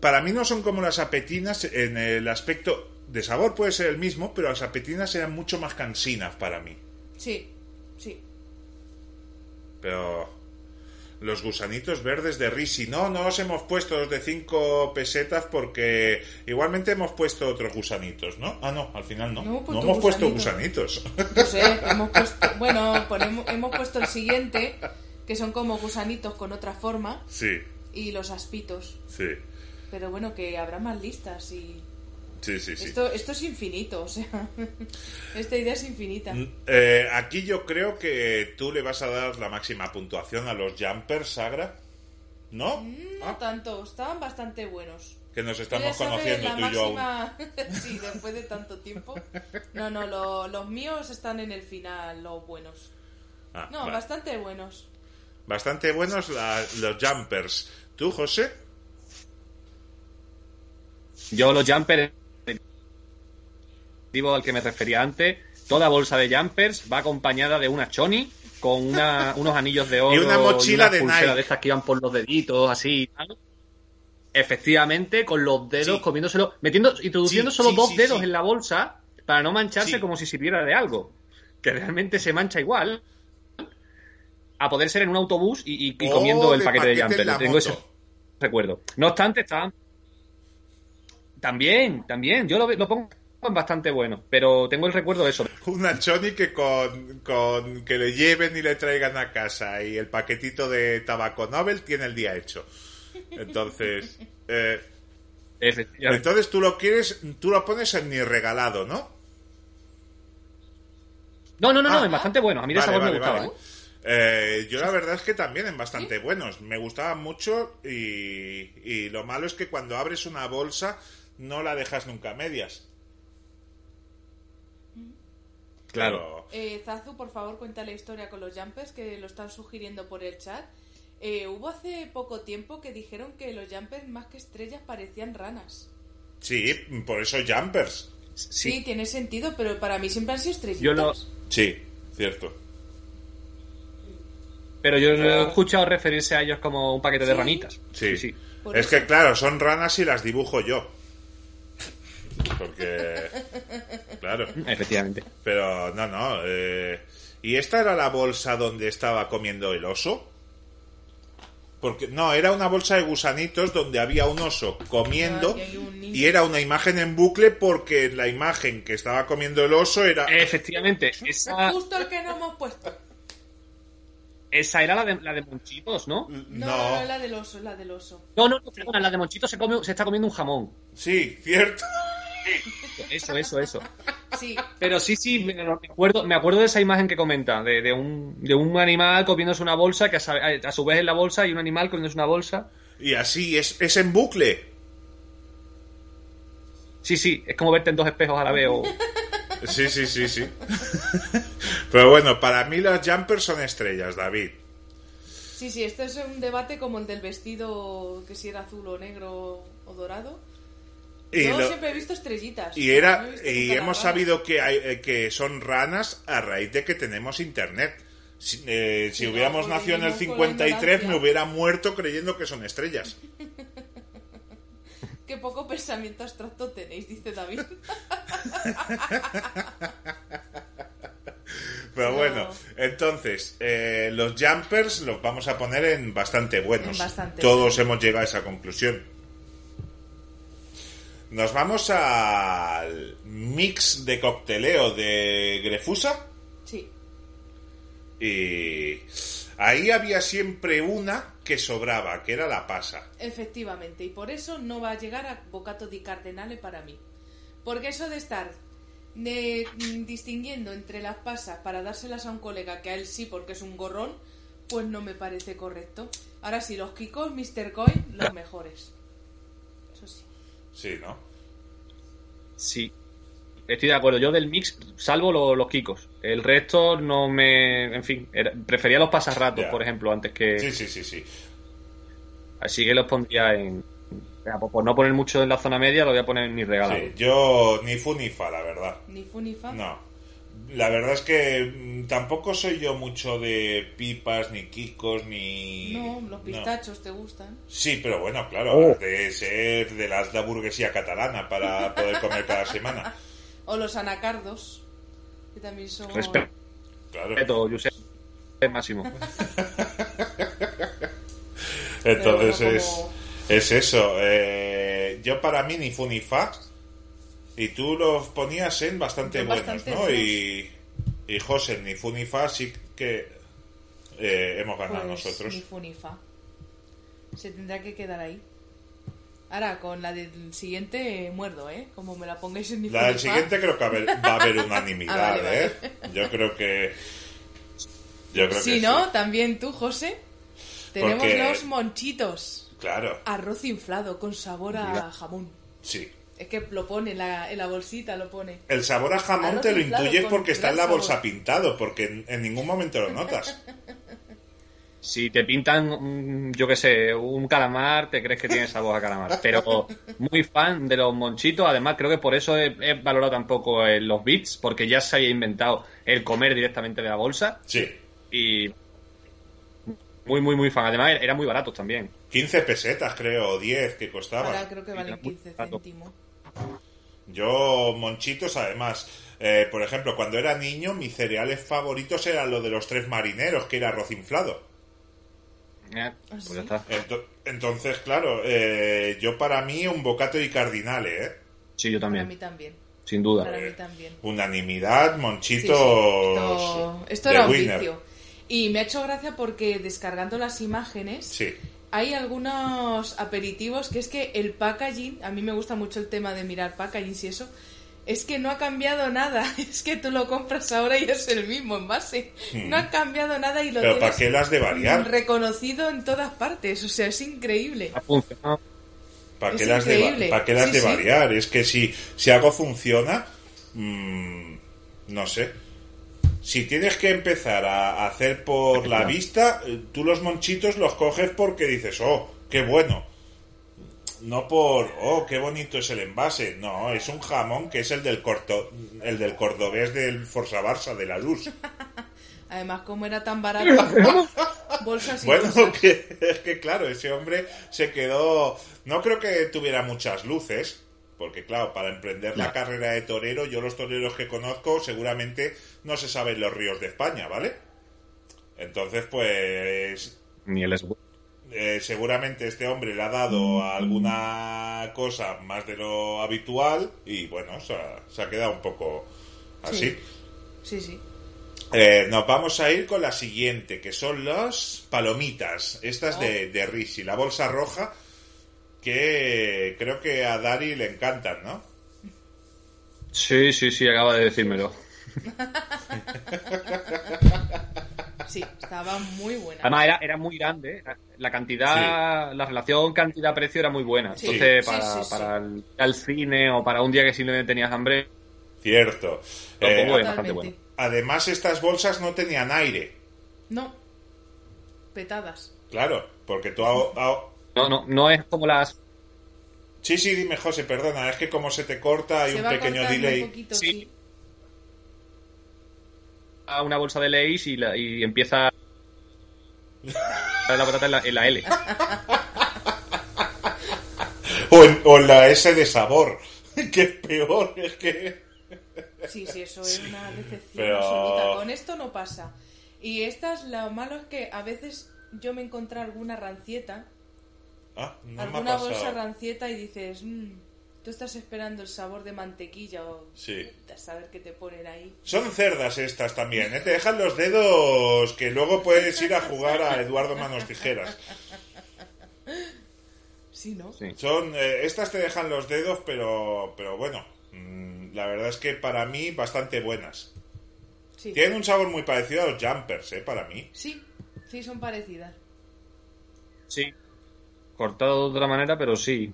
Speaker 2: para mí no son como las apetinas en el aspecto de sabor puede ser el mismo, pero las apetinas eran mucho más cansinas para mí.
Speaker 1: Sí, sí.
Speaker 2: Pero los gusanitos verdes de Risi, no, no los hemos puesto los de 5 pesetas porque igualmente hemos puesto otros gusanitos, ¿no? Ah, no, al final no.
Speaker 1: No
Speaker 2: No,
Speaker 1: hemos puesto
Speaker 2: hemos puesto
Speaker 1: gusanitos.
Speaker 2: gusanitos.
Speaker 1: No sé, hemos puesto, bueno, ponemos- hemos puesto el siguiente, que son como gusanitos con otra forma,
Speaker 2: sí,
Speaker 1: y los aspitos.
Speaker 2: sí.
Speaker 1: Pero bueno, que habrá más listas y...
Speaker 2: Sí, sí, sí.
Speaker 1: Esto, esto es infinito, o sea, esta idea es infinita.
Speaker 2: Eh, aquí yo creo que tú le vas a dar la máxima puntuación a los jumpers, Sagra. ¿No?
Speaker 1: No
Speaker 2: Ah,
Speaker 1: tanto, estaban bastante buenos.
Speaker 2: que nos
Speaker 1: Tú ya
Speaker 2: estamos
Speaker 1: sabes,
Speaker 2: conociendo
Speaker 1: la
Speaker 2: tú y yo aún.
Speaker 1: máxima- sí, después de tanto tiempo. No, no, lo- los míos están en el final, los buenos.
Speaker 2: Ah,
Speaker 1: No,
Speaker 2: vale.
Speaker 1: bastante buenos.
Speaker 2: Bastante buenos la- los jumpers. ¿Tú, José?
Speaker 3: Yo los jumpers, digo al que me refería antes, toda bolsa de jumpers va acompañada de una choni con una- unos anillos de oro
Speaker 2: Y una mochila de
Speaker 3: pulsera
Speaker 2: Nike.
Speaker 3: de estas que iban por los deditos, así. y tal. Efectivamente, con los dedos
Speaker 2: Sí.
Speaker 3: comiéndoselo, metiendo, introduciendo
Speaker 2: Sí,
Speaker 3: solo
Speaker 2: sí,
Speaker 3: dos
Speaker 2: sí,
Speaker 3: dedos
Speaker 2: sí.
Speaker 3: en la bolsa para no mancharse
Speaker 2: Sí.
Speaker 3: como si sirviera de algo, que realmente se mancha igual. A poder ser en un autobús y, y- y comiendo
Speaker 2: Oh,
Speaker 3: el
Speaker 2: de
Speaker 3: paquete de
Speaker 2: en
Speaker 3: jumpers.
Speaker 2: la
Speaker 3: Tengo
Speaker 2: moto.
Speaker 3: ese- recuerdo. No obstante, estaban. También, también. Yo lo, ve- lo pongo en bastante bueno, pero tengo el recuerdo de eso.
Speaker 2: Una choni que con, con que le lleven y le traigan a casa y el paquetito de tabaco Nobel tiene el día hecho. Entonces, eh,
Speaker 3: Efectivamente.
Speaker 2: entonces tú lo quieres, tú lo pones en ni regalado, ¿no?
Speaker 3: No, no, no, no,
Speaker 2: Ah.
Speaker 3: es bastante bueno. A mí de sabor me gustaba. ¿eh?
Speaker 2: Eh, yo la verdad es que también en bastante buenos. Me gustaban mucho y, y lo malo es que cuando abres una bolsa no la dejas nunca a medias. Claro.
Speaker 1: Eh, Zazu, por favor, cuenta la historia con los jumpers que lo están sugiriendo por el chat. Eh, hubo hace poco tiempo que dijeron que los jumpers más que estrellas parecían ranas.
Speaker 2: Sí, por eso jumpers.
Speaker 3: ¿eh?
Speaker 1: Sí, tiene sentido, pero para mí siempre han sido estrellitas.
Speaker 3: Yo lo-
Speaker 2: Sí, cierto.
Speaker 3: Pero yo he escuchado referirse a ellos como un paquete de
Speaker 1: Sí.
Speaker 3: ranitas.
Speaker 2: Sí.
Speaker 3: sí.
Speaker 1: Por
Speaker 2: Es
Speaker 1: eso.
Speaker 2: que claro, son ranas y las dibujo yo. Porque... Claro.
Speaker 3: Efectivamente.
Speaker 2: Pero no, no. eh, ¿Y esta era la bolsa donde estaba comiendo el oso? Porque no, era una bolsa de gusanitos donde había un oso comiendo
Speaker 1: Ah, y hay un niño.
Speaker 2: y era una imagen en bucle porque la imagen que estaba comiendo el oso era...
Speaker 3: Eh, Efectivamente. Esa,
Speaker 1: Justo
Speaker 2: Ah.
Speaker 1: el que no hemos puesto.
Speaker 3: esa era la de, la de Monchitos, ¿no?
Speaker 2: Mm.
Speaker 1: No,
Speaker 2: no.
Speaker 1: no, la del oso, la del oso.
Speaker 3: No, no, no, perdona, la de Monchitos se, come, se está comiendo un jamón.
Speaker 2: Sí, cierto.
Speaker 3: Eso, eso, eso.
Speaker 1: Sí,
Speaker 3: Pero sí, sí, me me acuerdo, me acuerdo de esa imagen que comenta, de, de un, de un animal comiéndose una bolsa, que a, sa- a su vez en la bolsa hay un animal comiéndose una bolsa.
Speaker 2: Y así, es, es en bucle.
Speaker 3: Sí, sí, es como verte en dos espejos a la vez. o-
Speaker 2: Sí, sí, sí, sí. Pero bueno, para mí los jumpers son estrellas, David.
Speaker 1: sí, sí, esto es un debate como el del vestido, que si era azul o negro o dorado.
Speaker 2: Y
Speaker 1: yo
Speaker 2: lo-
Speaker 1: siempre he visto estrellitas. No
Speaker 2: Y
Speaker 1: he
Speaker 2: era
Speaker 1: visto
Speaker 2: y
Speaker 1: nunca las
Speaker 2: hemos
Speaker 1: ranas.
Speaker 2: sabido que hay- eh, que son ranas a raíz de que tenemos internet. Si, eh,
Speaker 1: Sí,
Speaker 2: si hubiéramos
Speaker 1: no,
Speaker 2: nacido en el
Speaker 1: vivimos con la
Speaker 2: 53 me
Speaker 1: ignorancia.
Speaker 2: hubiera muerto creyendo que son estrellas.
Speaker 1: Qué poco pensamiento abstracto tenéis, dice David.
Speaker 2: Pero
Speaker 1: No.
Speaker 2: bueno, entonces eh, los jumpers los vamos a poner en bastante buenos.
Speaker 1: En bastante
Speaker 2: Todos hemos llegado a esa conclusión. Nos vamos al mix de cocteleo de Grefusa.
Speaker 1: Sí.
Speaker 2: Y Eh, ahí había siempre una que sobraba, que era la pasa.
Speaker 1: Efectivamente, y por eso no va a llegar a Bocato di Cardenale para mí. Porque eso de estar de, mm, distinguiendo entre las pasas para dárselas a un colega que a él sí porque es un gorrón, pues no me parece correcto. Ahora sí, los Kikos, Mr. Coin, los mejores. Eso sí.
Speaker 2: Sí, ¿no?
Speaker 3: Sí, estoy de acuerdo. Yo del mix, salvo lo- los Kikos. El resto no me. En fin, era- prefería los pasarratos,
Speaker 2: Ya.
Speaker 3: por ejemplo, antes que.
Speaker 2: Sí, sí, sí, sí.
Speaker 3: Así que los pondría en. Mira, por, por no poner mucho en la zona media, lo voy a poner en mi regalo.
Speaker 2: Sí, yo ni fu ni fa, la verdad.
Speaker 1: Ni fu ni fa.
Speaker 2: No. La verdad es que mm, tampoco soy yo mucho de pipas, ni kikos, ni...
Speaker 1: No, los pistachos te gustan.
Speaker 2: Sí, pero bueno, claro,
Speaker 3: Oh.
Speaker 2: has de ser de las la burguesía catalana para poder comer cada semana.
Speaker 1: O los anacardos, que también son...
Speaker 3: Respeto,
Speaker 2: Claro.
Speaker 3: Josep. Máximo.
Speaker 2: Entonces
Speaker 1: Pero bueno,
Speaker 2: es,
Speaker 1: como-
Speaker 2: es eso. eh, yo para mí ni fu ni fa. Y tú los ponías en bastante
Speaker 1: En
Speaker 2: buenos,
Speaker 1: bastante
Speaker 2: ¿no?
Speaker 1: buenos.
Speaker 2: Y, y José, ni fu ni fa sí que eh, hemos ganado
Speaker 1: Pues,
Speaker 2: nosotros.
Speaker 1: Ni fu ni fa. Se tendrá que quedar ahí. Ahora, con la del siguiente eh, muerdo, ¿eh? Como me la pongáis en mi
Speaker 2: La del siguiente creo que haber- va a haber unanimidad,
Speaker 1: Ah, vale, vale.
Speaker 2: ¿eh? Yo creo que... Yo creo
Speaker 1: Si
Speaker 2: que
Speaker 1: no,
Speaker 2: sí.
Speaker 1: también tú, José. Tenemos
Speaker 2: Porque-
Speaker 1: los monchitos.
Speaker 2: Claro,
Speaker 1: Arroz inflado con sabor a jamón.
Speaker 2: sí.
Speaker 1: Es que lo pone en la, en la bolsita, lo pone.
Speaker 2: El sabor a jamón
Speaker 1: Arroz
Speaker 2: te lo
Speaker 1: inflado
Speaker 2: intuyes
Speaker 1: con
Speaker 2: porque está en la
Speaker 1: gran
Speaker 2: bolsa
Speaker 1: sabor.
Speaker 2: pintado, porque en, en ningún momento lo notas.
Speaker 3: Si te pintan, mm, yo qué sé, un calamar, te crees que tiene sabor a calamar. Pero muy fan de los monchitos. Además, creo que por eso he, he valorado tampoco eh, los bits, porque ya se había inventado el comer directamente de la bolsa.
Speaker 2: Sí.
Speaker 3: Y muy, muy, muy fan. Además, eran muy baratos también.
Speaker 2: 15 pesetas, creo, o 10 que costaba.
Speaker 1: Ahora creo que valen
Speaker 3: Mira, muy
Speaker 1: 15
Speaker 3: barato.
Speaker 1: céntimos.
Speaker 2: Yo, monchitos, además. eh, por ejemplo, cuando era niño, mis cereales favoritos eran los de los tres marineros, que era arroz inflado.
Speaker 1: ¿Ah,
Speaker 3: Eh, pues ya está.
Speaker 2: Ento- Entonces, claro, eh, yo para mí un bocato y cardinale, ¿eh?
Speaker 3: Sí, yo
Speaker 1: Para mí
Speaker 3: también,
Speaker 1: también.
Speaker 3: sin duda.
Speaker 1: Para mí también.
Speaker 2: Unanimidad,
Speaker 1: Sí, sí.
Speaker 2: monchitos.
Speaker 1: Esto, esto
Speaker 2: de
Speaker 1: era un
Speaker 2: winner.
Speaker 1: vicio. Y me ha hecho gracia porque descargando las imágenes
Speaker 2: Sí.
Speaker 1: hay algunos aperitivos que es que el packaging, a mí me gusta mucho el tema de mirar packagings y eso, es que no ha cambiado nada. Es que tú lo compras ahora y es el mismo envase.
Speaker 2: Hmm.
Speaker 1: No ha cambiado nada y lo
Speaker 2: Pero
Speaker 1: tienes
Speaker 2: ¿para qué las de variar?
Speaker 1: reconocido en todas partes. O sea, es increíble.
Speaker 3: Ha funcionado.
Speaker 2: ¿Para qué
Speaker 1: es
Speaker 2: las, de,
Speaker 1: increíble.
Speaker 2: va- ¿para qué las
Speaker 1: Sí,
Speaker 2: de
Speaker 1: sí.
Speaker 2: variar? Es que si, si algo funciona, mm, no sé. Si tienes que empezar a hacer por la vista, eh, tú los monchitos los coges porque dices, oh, qué bueno. No por, oh, qué bonito es el envase. No, es un jamón que es el del, corto, el del cordobés del Forza Barça de la Luz.
Speaker 1: Además, como era tan barato, bolsas y
Speaker 2: Bueno,
Speaker 1: cosas.
Speaker 2: que, es que claro, ese hombre se quedó. No creo que tuviera muchas luces, porque claro, para emprender la
Speaker 3: No.
Speaker 2: carrera de torero, yo los toreros que conozco seguramente no se saben los ríos de España, ¿vale? Entonces, pues
Speaker 3: Ni el esbu-
Speaker 2: eh, seguramente este hombre le ha dado a alguna cosa más de lo habitual y bueno, se ha, se ha quedado un poco así.
Speaker 1: Sí. Sí, sí.
Speaker 2: Eh, nos vamos a ir con la siguiente, que son las palomitas, estas de,
Speaker 1: Ah.
Speaker 2: de Rishi, la bolsa roja, que creo que a Dari le encantan, ¿no?
Speaker 3: Sí, sí, sí, acaba de decírmelo.
Speaker 1: Sí, estaba muy buena.
Speaker 3: Además, era, era muy grande. eh. La cantidad, la relación cantidad-precio era muy buena.
Speaker 1: Sí.
Speaker 3: Entonces,
Speaker 1: Sí,
Speaker 3: para,
Speaker 1: sí, sí.
Speaker 3: para el, al cine o para un día que simplemente tenías hambre,
Speaker 2: Cierto. Eh,
Speaker 3: Tampoco es. bastante buena.
Speaker 2: además, estas bolsas no tenían aire,
Speaker 1: No. Petadas.
Speaker 2: claro, porque tú... aho- aho-
Speaker 3: no, no, no es como las
Speaker 2: Sí, sí, dime, José, perdona, es que como se te corta hay
Speaker 1: Se
Speaker 2: un
Speaker 1: va
Speaker 2: pequeño
Speaker 1: cortando
Speaker 2: delay.
Speaker 1: un poquito,
Speaker 3: Sí.
Speaker 1: sí.
Speaker 3: a una bolsa de Lay's y, la- y empieza la patata en la, en la L.
Speaker 2: O, en, o en la S de sabor, que es peor, es que...
Speaker 1: Sí, sí, eso es una decepción
Speaker 2: Pero-
Speaker 1: absoluta. Con esto no pasa. Y estas, lo malo es que a veces yo me encontré alguna rancieta,
Speaker 2: Ah, no me ha
Speaker 1: alguna bolsa
Speaker 2: pasado.
Speaker 1: rancieta y dices, "Mm, tú estás esperando el sabor de mantequilla o
Speaker 2: Sí.
Speaker 1: a saber qué te ponen ahí.
Speaker 2: Son cerdas estas también, ¿eh? Te dejan los dedos que luego puedes ir a jugar a Eduardo Manos Tijeras.
Speaker 1: Sí, ¿no?
Speaker 3: Sí.
Speaker 2: Son, eh, estas te dejan los dedos, pero, pero bueno, mm, la verdad es que para mí bastante buenas.
Speaker 1: Sí.
Speaker 2: Tienen un sabor muy parecido a los jumpers, ¿eh? Para mí.
Speaker 1: Sí, sí, son parecidas.
Speaker 3: Sí. Cortado de otra manera, pero sí.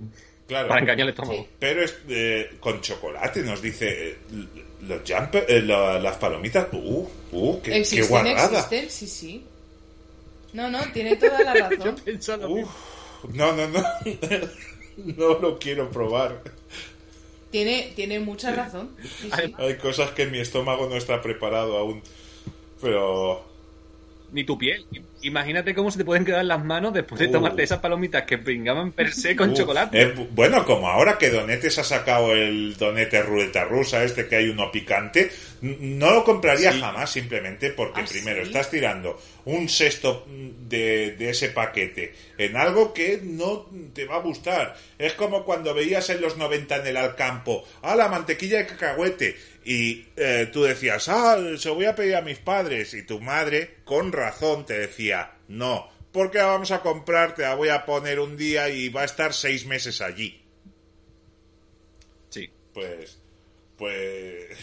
Speaker 2: Claro.
Speaker 3: Para engañar el estómago.
Speaker 1: Sí.
Speaker 2: Pero es, eh, con chocolate nos dice eh, l- los jumpers, eh, la- las palomitas. Uh, uh, qué, qué
Speaker 1: existen,
Speaker 2: guarrada.
Speaker 1: existen, sí, sí. No, no, tiene toda la razón.
Speaker 3: Pensando,
Speaker 2: Uf, no, no, no. no lo quiero probar.
Speaker 1: tiene, tiene mucha razón. Sí, sí.
Speaker 2: Hay cosas que mi estómago no está preparado aún. Pero.
Speaker 3: Ni tu piel. Imagínate cómo se te pueden quedar las manos después de
Speaker 2: Uh.
Speaker 3: tomarte esas palomitas que pringaban per se con
Speaker 2: uh,
Speaker 3: chocolate.
Speaker 2: eh, bu- bueno, como ahora que Donetes ha sacado el Donete ruleta rusa, este que hay uno picante, n- no lo compraría
Speaker 3: Sí.
Speaker 2: jamás simplemente porque
Speaker 1: ¿Ah,
Speaker 2: primero
Speaker 1: sí?
Speaker 2: estás tirando un sexto mm, de, de ese paquete en algo que no te va a gustar. Es como cuando veías en los 90 en el Alcampo, ah, la mantequilla de cacahuete. Y eh, tú decías, ah, se lo voy a pedir a mis padres. Y tu madre, con razón, te decía, no, porque la vamos a comprar, te la voy a poner un día y va a estar seis meses allí.
Speaker 3: Sí.
Speaker 2: Pues, pues,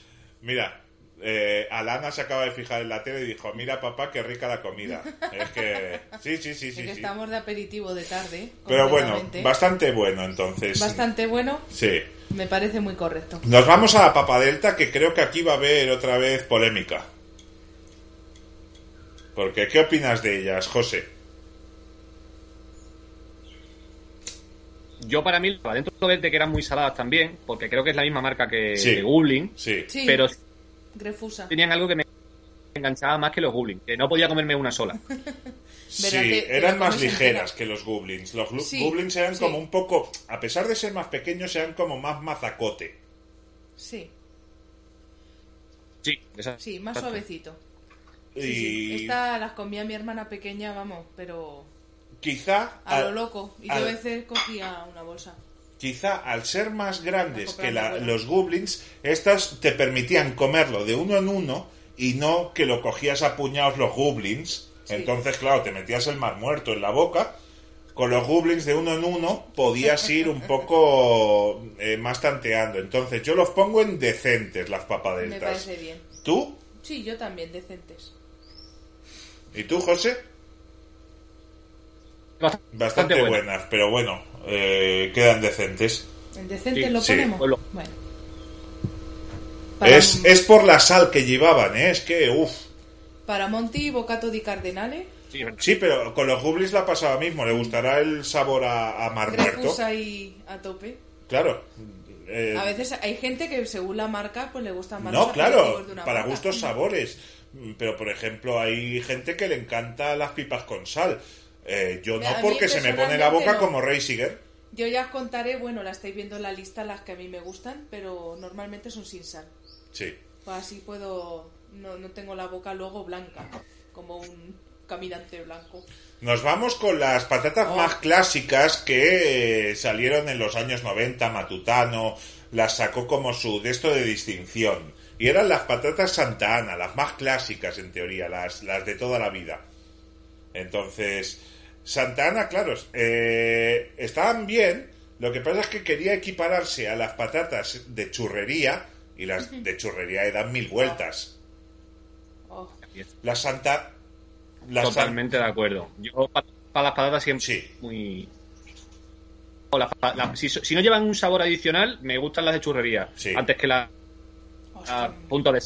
Speaker 2: mira, eh, Alana se acaba de fijar en la tele y dijo, mira papá, qué rica la comida. Es que, sí, sí, sí,
Speaker 1: Es
Speaker 2: sí.
Speaker 1: que
Speaker 2: sí.
Speaker 1: estamos de aperitivo de tarde.
Speaker 2: Pero bueno,
Speaker 1: completamente.
Speaker 2: bastante bueno entonces.
Speaker 1: bastante bueno,
Speaker 2: Sí.
Speaker 1: me parece muy correcto.
Speaker 2: Nos vamos a la Papa Delta, que creo que aquí va a haber otra vez polémica. Porque, ¿qué opinas de ellas, José?
Speaker 3: Yo para mí, para dentro de que eran muy saladas también, porque creo que es la misma marca que,
Speaker 2: Sí.
Speaker 3: que Goblin,
Speaker 2: Sí.
Speaker 1: Sí,
Speaker 3: pero
Speaker 1: Grefusa.
Speaker 3: tenían algo que me enganchaba más que los Goblin, que no podía comerme una sola.
Speaker 2: Sí,
Speaker 1: ¿Verdad que- que
Speaker 2: eran
Speaker 1: la
Speaker 2: más
Speaker 1: comes
Speaker 2: ligeras
Speaker 1: entera?
Speaker 2: que los goblins. Los glu-
Speaker 1: Sí,
Speaker 2: goblins eran
Speaker 1: sí.
Speaker 2: como un poco, a pesar de ser más pequeños, eran como más mazacote.
Speaker 1: Sí,
Speaker 3: Sí, esa-
Speaker 1: sí, más
Speaker 3: exacto.
Speaker 1: suavecito.
Speaker 2: Y
Speaker 1: Sí, sí. Esta las comía mi hermana pequeña, vamos, pero
Speaker 2: quizá,
Speaker 1: a lo
Speaker 2: al-
Speaker 1: loco. Y yo
Speaker 2: al-
Speaker 1: a veces cogía una bolsa.
Speaker 2: quizá al ser más grandes
Speaker 1: Las
Speaker 2: que
Speaker 1: compras
Speaker 2: la-
Speaker 1: de abuela.
Speaker 2: los goblins, estas te permitían comerlo de uno en uno y no que lo cogías a puñados los goblins.
Speaker 1: Sí.
Speaker 2: Entonces, claro, te metías el mar muerto en la boca. Con los goblins de uno en uno podías ir un poco eh, más tanteando. Entonces, yo los pongo en decentes las
Speaker 1: Me
Speaker 2: papadeltas.
Speaker 1: parece bien.
Speaker 2: ¿Tú?
Speaker 1: Sí, yo también, decentes.
Speaker 2: ¿Y tú, José?
Speaker 3: Bastante,
Speaker 2: Bastante
Speaker 3: buena.
Speaker 2: buenas, pero bueno, eh, quedan decentes.
Speaker 1: ¿En decentes
Speaker 3: Sí,
Speaker 1: lo
Speaker 2: sí.
Speaker 1: ponemos?
Speaker 3: Pues lo-
Speaker 1: Bueno. Para,
Speaker 2: Es, es por la sal que llevaban, ¿eh? es que, uff.
Speaker 1: para Monty, Bocato di Cardenale,
Speaker 3: Sí, es verdad.
Speaker 2: Sí, pero con los goblins la pasaba mismo, le gustará el sabor a, a mar muerto.
Speaker 1: Grefus ahí a tope.
Speaker 2: Claro. eh,
Speaker 1: A veces hay gente que según la marca pues le gustan más
Speaker 2: no,
Speaker 1: los
Speaker 2: claro,
Speaker 1: aperitivos de una
Speaker 2: para
Speaker 1: marca.
Speaker 2: gustos sabores. Pero, por ejemplo, hay gente que le encanta las pipas con sal. Eh, yo no,
Speaker 1: A mí
Speaker 2: porque se me pone la
Speaker 1: personalmente
Speaker 2: boca
Speaker 1: no.
Speaker 2: como Reisiger.
Speaker 1: Yo ya os contaré, bueno, la estáis viendo en la lista las que a mí me gustan, pero normalmente son sin sal.
Speaker 2: Sí.
Speaker 1: Pues así puedo, no, no tengo la boca luego blanca, como un caminante blanco.
Speaker 2: Nos vamos con las patatas
Speaker 1: Oh.
Speaker 2: más clásicas que eh, salieron en los años 90, Matutano las sacó como su de esto de distinción. Y eran las patatas Santa Ana, las más clásicas en teoría, las, las de toda la vida. Entonces, Santa Ana, claro, eh, estaban bien, lo que pasa es que quería equipararse a las patatas de churrería, y las de churrería dan mil vueltas.
Speaker 1: Oh,
Speaker 2: Las Santa... Las San-
Speaker 3: Totalmente de acuerdo. Yo para las patatas siempre
Speaker 2: Sí.
Speaker 3: muy... o las pa- la- si, si no llevan un sabor adicional, me gustan las de churrería.
Speaker 2: Sí.
Speaker 3: Antes que las
Speaker 1: hostia.
Speaker 3: a punto de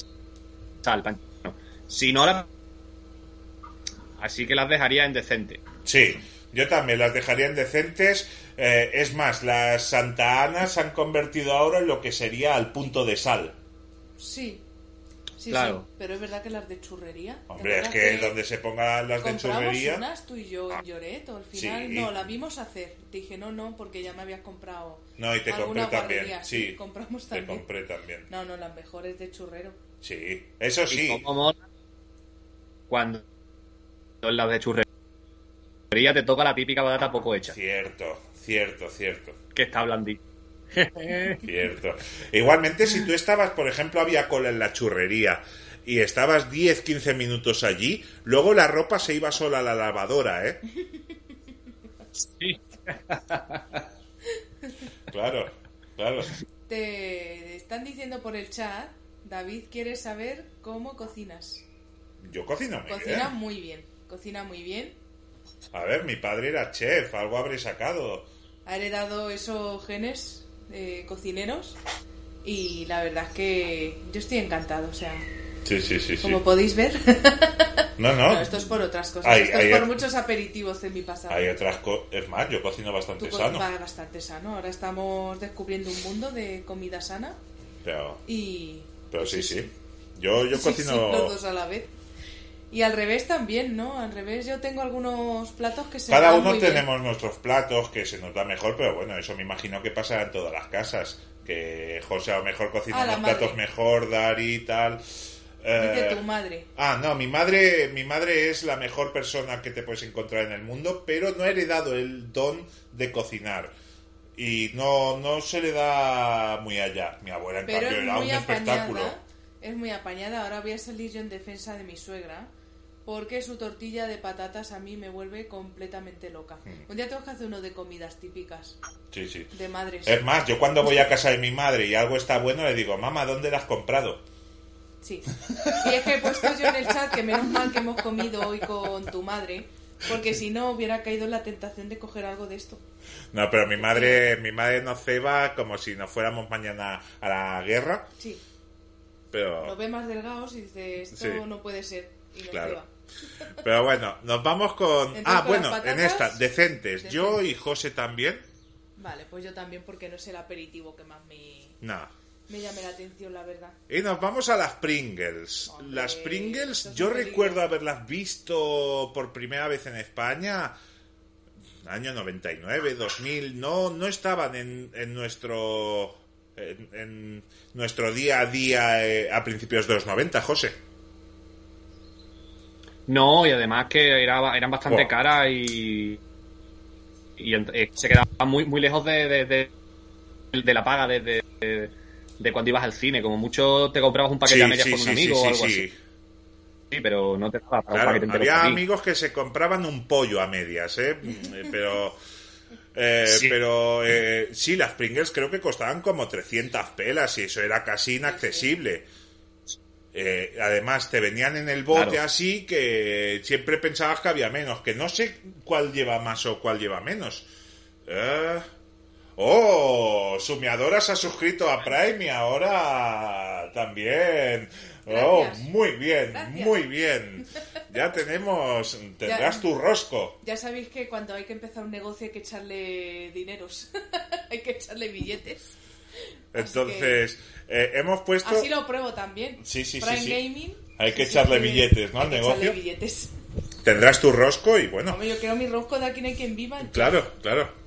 Speaker 3: sal. pan- no. Si no, las... Así que las dejaría en decente.
Speaker 2: Sí, yo también las dejaría en decentes. Eh, es más, las Santa Ana se han convertido ahora en lo que sería al punto de sal.
Speaker 1: Sí, sí,
Speaker 3: Claro.
Speaker 1: sí, pero es verdad que las de churrería. ¿te
Speaker 2: Hombre, es
Speaker 1: acuerdas
Speaker 2: que donde se pongan las de
Speaker 1: compramos
Speaker 2: churrería.
Speaker 1: unas tú y yo en Lloret, o al final
Speaker 2: Sí.
Speaker 1: no, la vimos hacer. Dije, no, no, porque ya me habías comprado.
Speaker 2: No, y te compré
Speaker 1: alguna
Speaker 2: también.
Speaker 1: guarrería.
Speaker 2: Sí,
Speaker 1: compramos
Speaker 2: te
Speaker 1: también.
Speaker 2: compré también.
Speaker 1: No, no, las mejores de churrero.
Speaker 2: Sí, eso
Speaker 3: Y
Speaker 2: sí.
Speaker 3: como mola, cuando en las de churrería te toca la típica batata poco hecha,
Speaker 2: Cierto, cierto, cierto.
Speaker 3: que está blandita.
Speaker 2: Cierto. Igualmente, si tú estabas, por ejemplo, había cola en la churrería y estabas 10, 15 minutos allí, luego la ropa se iba sola a la lavadora, ¿eh?
Speaker 3: Sí.
Speaker 2: Claro, claro.
Speaker 1: Te están diciendo por el chat, David quiere saber cómo cocinas.
Speaker 2: Yo cocino muy bien.
Speaker 1: Cocina muy bien, cocina muy bien.
Speaker 2: A ver, mi padre era chef, algo habré sacado.
Speaker 1: Ha heredado esos genes eh, cocineros y la verdad es que yo estoy encantado, o sea,
Speaker 2: Sí, sí, sí,
Speaker 1: como podéis ver,
Speaker 2: No, no.
Speaker 1: no, esto es por otras cosas,
Speaker 2: Hay-
Speaker 1: esto
Speaker 2: hay-
Speaker 1: es por muchos aperitivos de mi pasado.
Speaker 2: Hay otras cosas. Es más, yo cocino bastante
Speaker 1: Tú
Speaker 2: sano.
Speaker 1: cocinas bastante sano, ahora estamos descubriendo un mundo de comida sana
Speaker 2: Pero,
Speaker 1: y
Speaker 2: pero sí, sí. Yo, yo
Speaker 1: Sí, sí, los
Speaker 2: cocino.
Speaker 1: dos a la vez. Y al revés también, ¿no? Al revés yo tengo algunos platos que se me
Speaker 2: Cada
Speaker 1: dan
Speaker 2: uno
Speaker 1: muy bien.
Speaker 2: tenemos nuestros platos que se nos da mejor, pero bueno, eso me imagino que pasa en todas las casas. Que José a lo mejor cocina
Speaker 1: A la
Speaker 2: unos platos
Speaker 1: madre.
Speaker 2: mejor, Dari y tal. Eh,
Speaker 1: Dice tu madre.
Speaker 2: Ah, no, mi madre, mi madre es la mejor persona que te puedes encontrar en el mundo, pero no ha heredado el don de cocinar. Y no, no se le da muy allá. Mi abuela, en
Speaker 1: Pero
Speaker 2: cambio,
Speaker 1: es
Speaker 2: era un
Speaker 1: muy
Speaker 2: espectáculo.
Speaker 1: apañada. Es muy apañada. Ahora voy a salir yo en defensa de mi suegra. Porque su tortilla de patatas a mí me vuelve completamente loca.
Speaker 2: Hmm.
Speaker 1: Un día tengo que hacer uno de comidas típicas,
Speaker 2: Sí, sí.
Speaker 1: de madres.
Speaker 2: Es más, yo cuando voy a casa de mi madre y algo está bueno, le digo, mamá, ¿dónde la has comprado?
Speaker 1: Sí. Y es que he puesto yo en el chat que menos mal que hemos comido hoy con tu madre. Porque si no hubiera caído en la tentación de coger algo de esto.
Speaker 2: No, pero mi madre, mi madre nos ceba como si nos fuéramos mañana a la guerra,
Speaker 1: Sí. lo
Speaker 2: pero,
Speaker 1: ve más delgados y dice esto
Speaker 2: Sí.
Speaker 1: no puede ser y no
Speaker 2: Claro.
Speaker 1: te va.
Speaker 2: pero bueno, nos vamos con...
Speaker 1: Entonces,
Speaker 2: Ah,
Speaker 1: con
Speaker 2: bueno,
Speaker 1: las
Speaker 2: en
Speaker 1: patatas,
Speaker 2: esta, decentes. Yo
Speaker 1: decentes.
Speaker 2: y José también.
Speaker 1: vale pues yo también porque no es el aperitivo que más me,
Speaker 2: No.
Speaker 1: me llame la atención la verdad
Speaker 2: Y Eh, nos vamos a las Pringles.
Speaker 1: Hombre,
Speaker 2: las
Speaker 1: esto
Speaker 2: Pringles,
Speaker 1: es
Speaker 2: yo
Speaker 1: un peligro.
Speaker 2: recuerdo haberlas visto por primera vez en España, año 99, 2000, no, no estaban en, en nuestro en, en nuestro día a día eh, a principios de los 90, José.
Speaker 3: No, y además que era, eran bastante
Speaker 2: Buah.
Speaker 3: caras y, y ent- eh, se quedaban muy, muy lejos de, de, de- de la paga de, de- de- de cuando ibas al cine. Como mucho te comprabas un paquete a medias con un amigo o algo así. Sí, pero no te daba para un
Speaker 2: Claro,
Speaker 3: paquete entero
Speaker 2: había
Speaker 3: para mí.
Speaker 2: amigos que se compraban un pollo a medias, ¿eh? Pero... eh,
Speaker 3: Sí.
Speaker 2: Pero eh, sí, las Pringles creo que costaban como 300 pelas y eso era casi inaccesible. Eh, además, te venían en el bote
Speaker 3: Claro.
Speaker 2: así que siempre pensabas que había menos, que no sé cuál lleva más o cuál lleva menos. Eh, Oh, Sumiadora se ha suscrito a Prime y ahora también. Oh,
Speaker 1: Gracias.
Speaker 2: muy bien,
Speaker 1: Gracias.
Speaker 2: muy bien. Ya tenemos, tendrás
Speaker 1: Ya.
Speaker 2: tu rosco.
Speaker 1: Ya sabéis que cuando hay que empezar un negocio hay que echarle dineros, hay que echarle billetes.
Speaker 2: Entonces, eh, hemos puesto...
Speaker 1: Así lo pruebo también.
Speaker 2: Sí, sí, sí,
Speaker 1: Prime
Speaker 2: sí.
Speaker 1: Gaming.
Speaker 2: Hay que echarle billetes, ¿no?
Speaker 1: Hay
Speaker 2: Al
Speaker 1: que
Speaker 2: negocio.
Speaker 1: echarle billetes.
Speaker 2: Tendrás tu rosco y bueno,
Speaker 1: Hombre, yo quiero mi rosco de aquí no hay quien viva.
Speaker 2: claro, claro.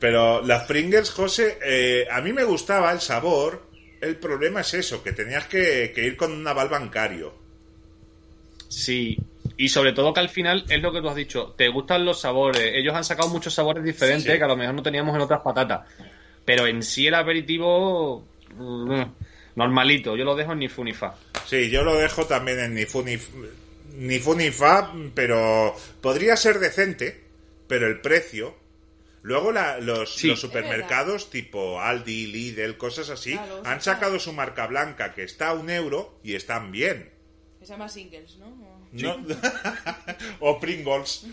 Speaker 2: Pero las Pringles, José, eh, a mí me gustaba el sabor. El problema es eso, que tenías que, que ir con un aval bancario.
Speaker 3: Sí, y sobre todo que al final es lo que tú has dicho, te gustan los sabores. Ellos han sacado muchos sabores diferentes
Speaker 2: Sí, sí.
Speaker 3: que a lo mejor no teníamos en otras patatas. Pero en sí el aperitivo mm, normalito, yo lo dejo en ni fu ni fa.
Speaker 2: Sí, yo lo dejo también en ni fu ni, f- ni fu ni fa, pero podría ser decente, pero el precio. Luego la- los,
Speaker 3: Sí.
Speaker 2: los supermercados tipo Aldi, Lidl, cosas así,
Speaker 1: Claro,
Speaker 2: han
Speaker 1: sí,
Speaker 2: sacado
Speaker 1: claro.
Speaker 2: su marca blanca que está a un euro y están bien.
Speaker 1: Se llama singles, ¿no? O-
Speaker 2: ¿no? o Pringles.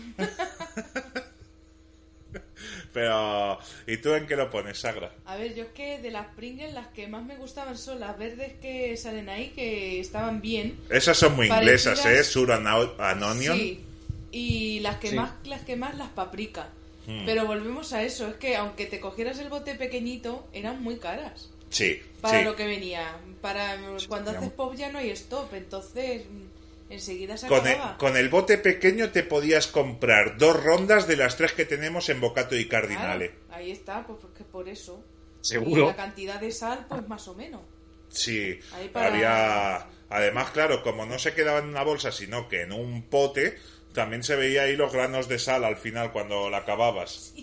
Speaker 2: pero, ¿y tú en qué lo pones, Sagra?
Speaker 1: A ver, yo es que de las Pringles las que más me gustaban son las verdes que salen ahí, que estaban bien.
Speaker 2: Esas son muy inglesas, ¿eh?
Speaker 1: Parecidas.
Speaker 2: Sur and Out- and Onion.
Speaker 1: Sí. Y las que
Speaker 3: Sí.
Speaker 1: más, las que más las paprika.
Speaker 2: Hmm.
Speaker 1: Pero volvemos a eso, es que aunque te cogieras el bote pequeñito, eran muy caras.
Speaker 2: Sí,
Speaker 1: Para
Speaker 2: sí.
Speaker 1: lo que venía. Para cuando
Speaker 3: ya
Speaker 1: haces
Speaker 3: mu-
Speaker 1: pop ya no hay stop, entonces mm, enseguida se
Speaker 2: Con el,
Speaker 1: acababa.
Speaker 2: con el bote pequeño te podías comprar dos rondas de las tres que tenemos en Bocato y
Speaker 1: Claro,
Speaker 2: Cardinale.
Speaker 1: ahí está, pues porque por eso. Y
Speaker 3: Seguro.
Speaker 1: la cantidad de sal, pues más o menos.
Speaker 2: Sí,
Speaker 1: Ahí para-
Speaker 2: había... Además, claro, como no se quedaba en una bolsa, sino que en un pote, también se veía ahí los granos de sal al final cuando la acababas.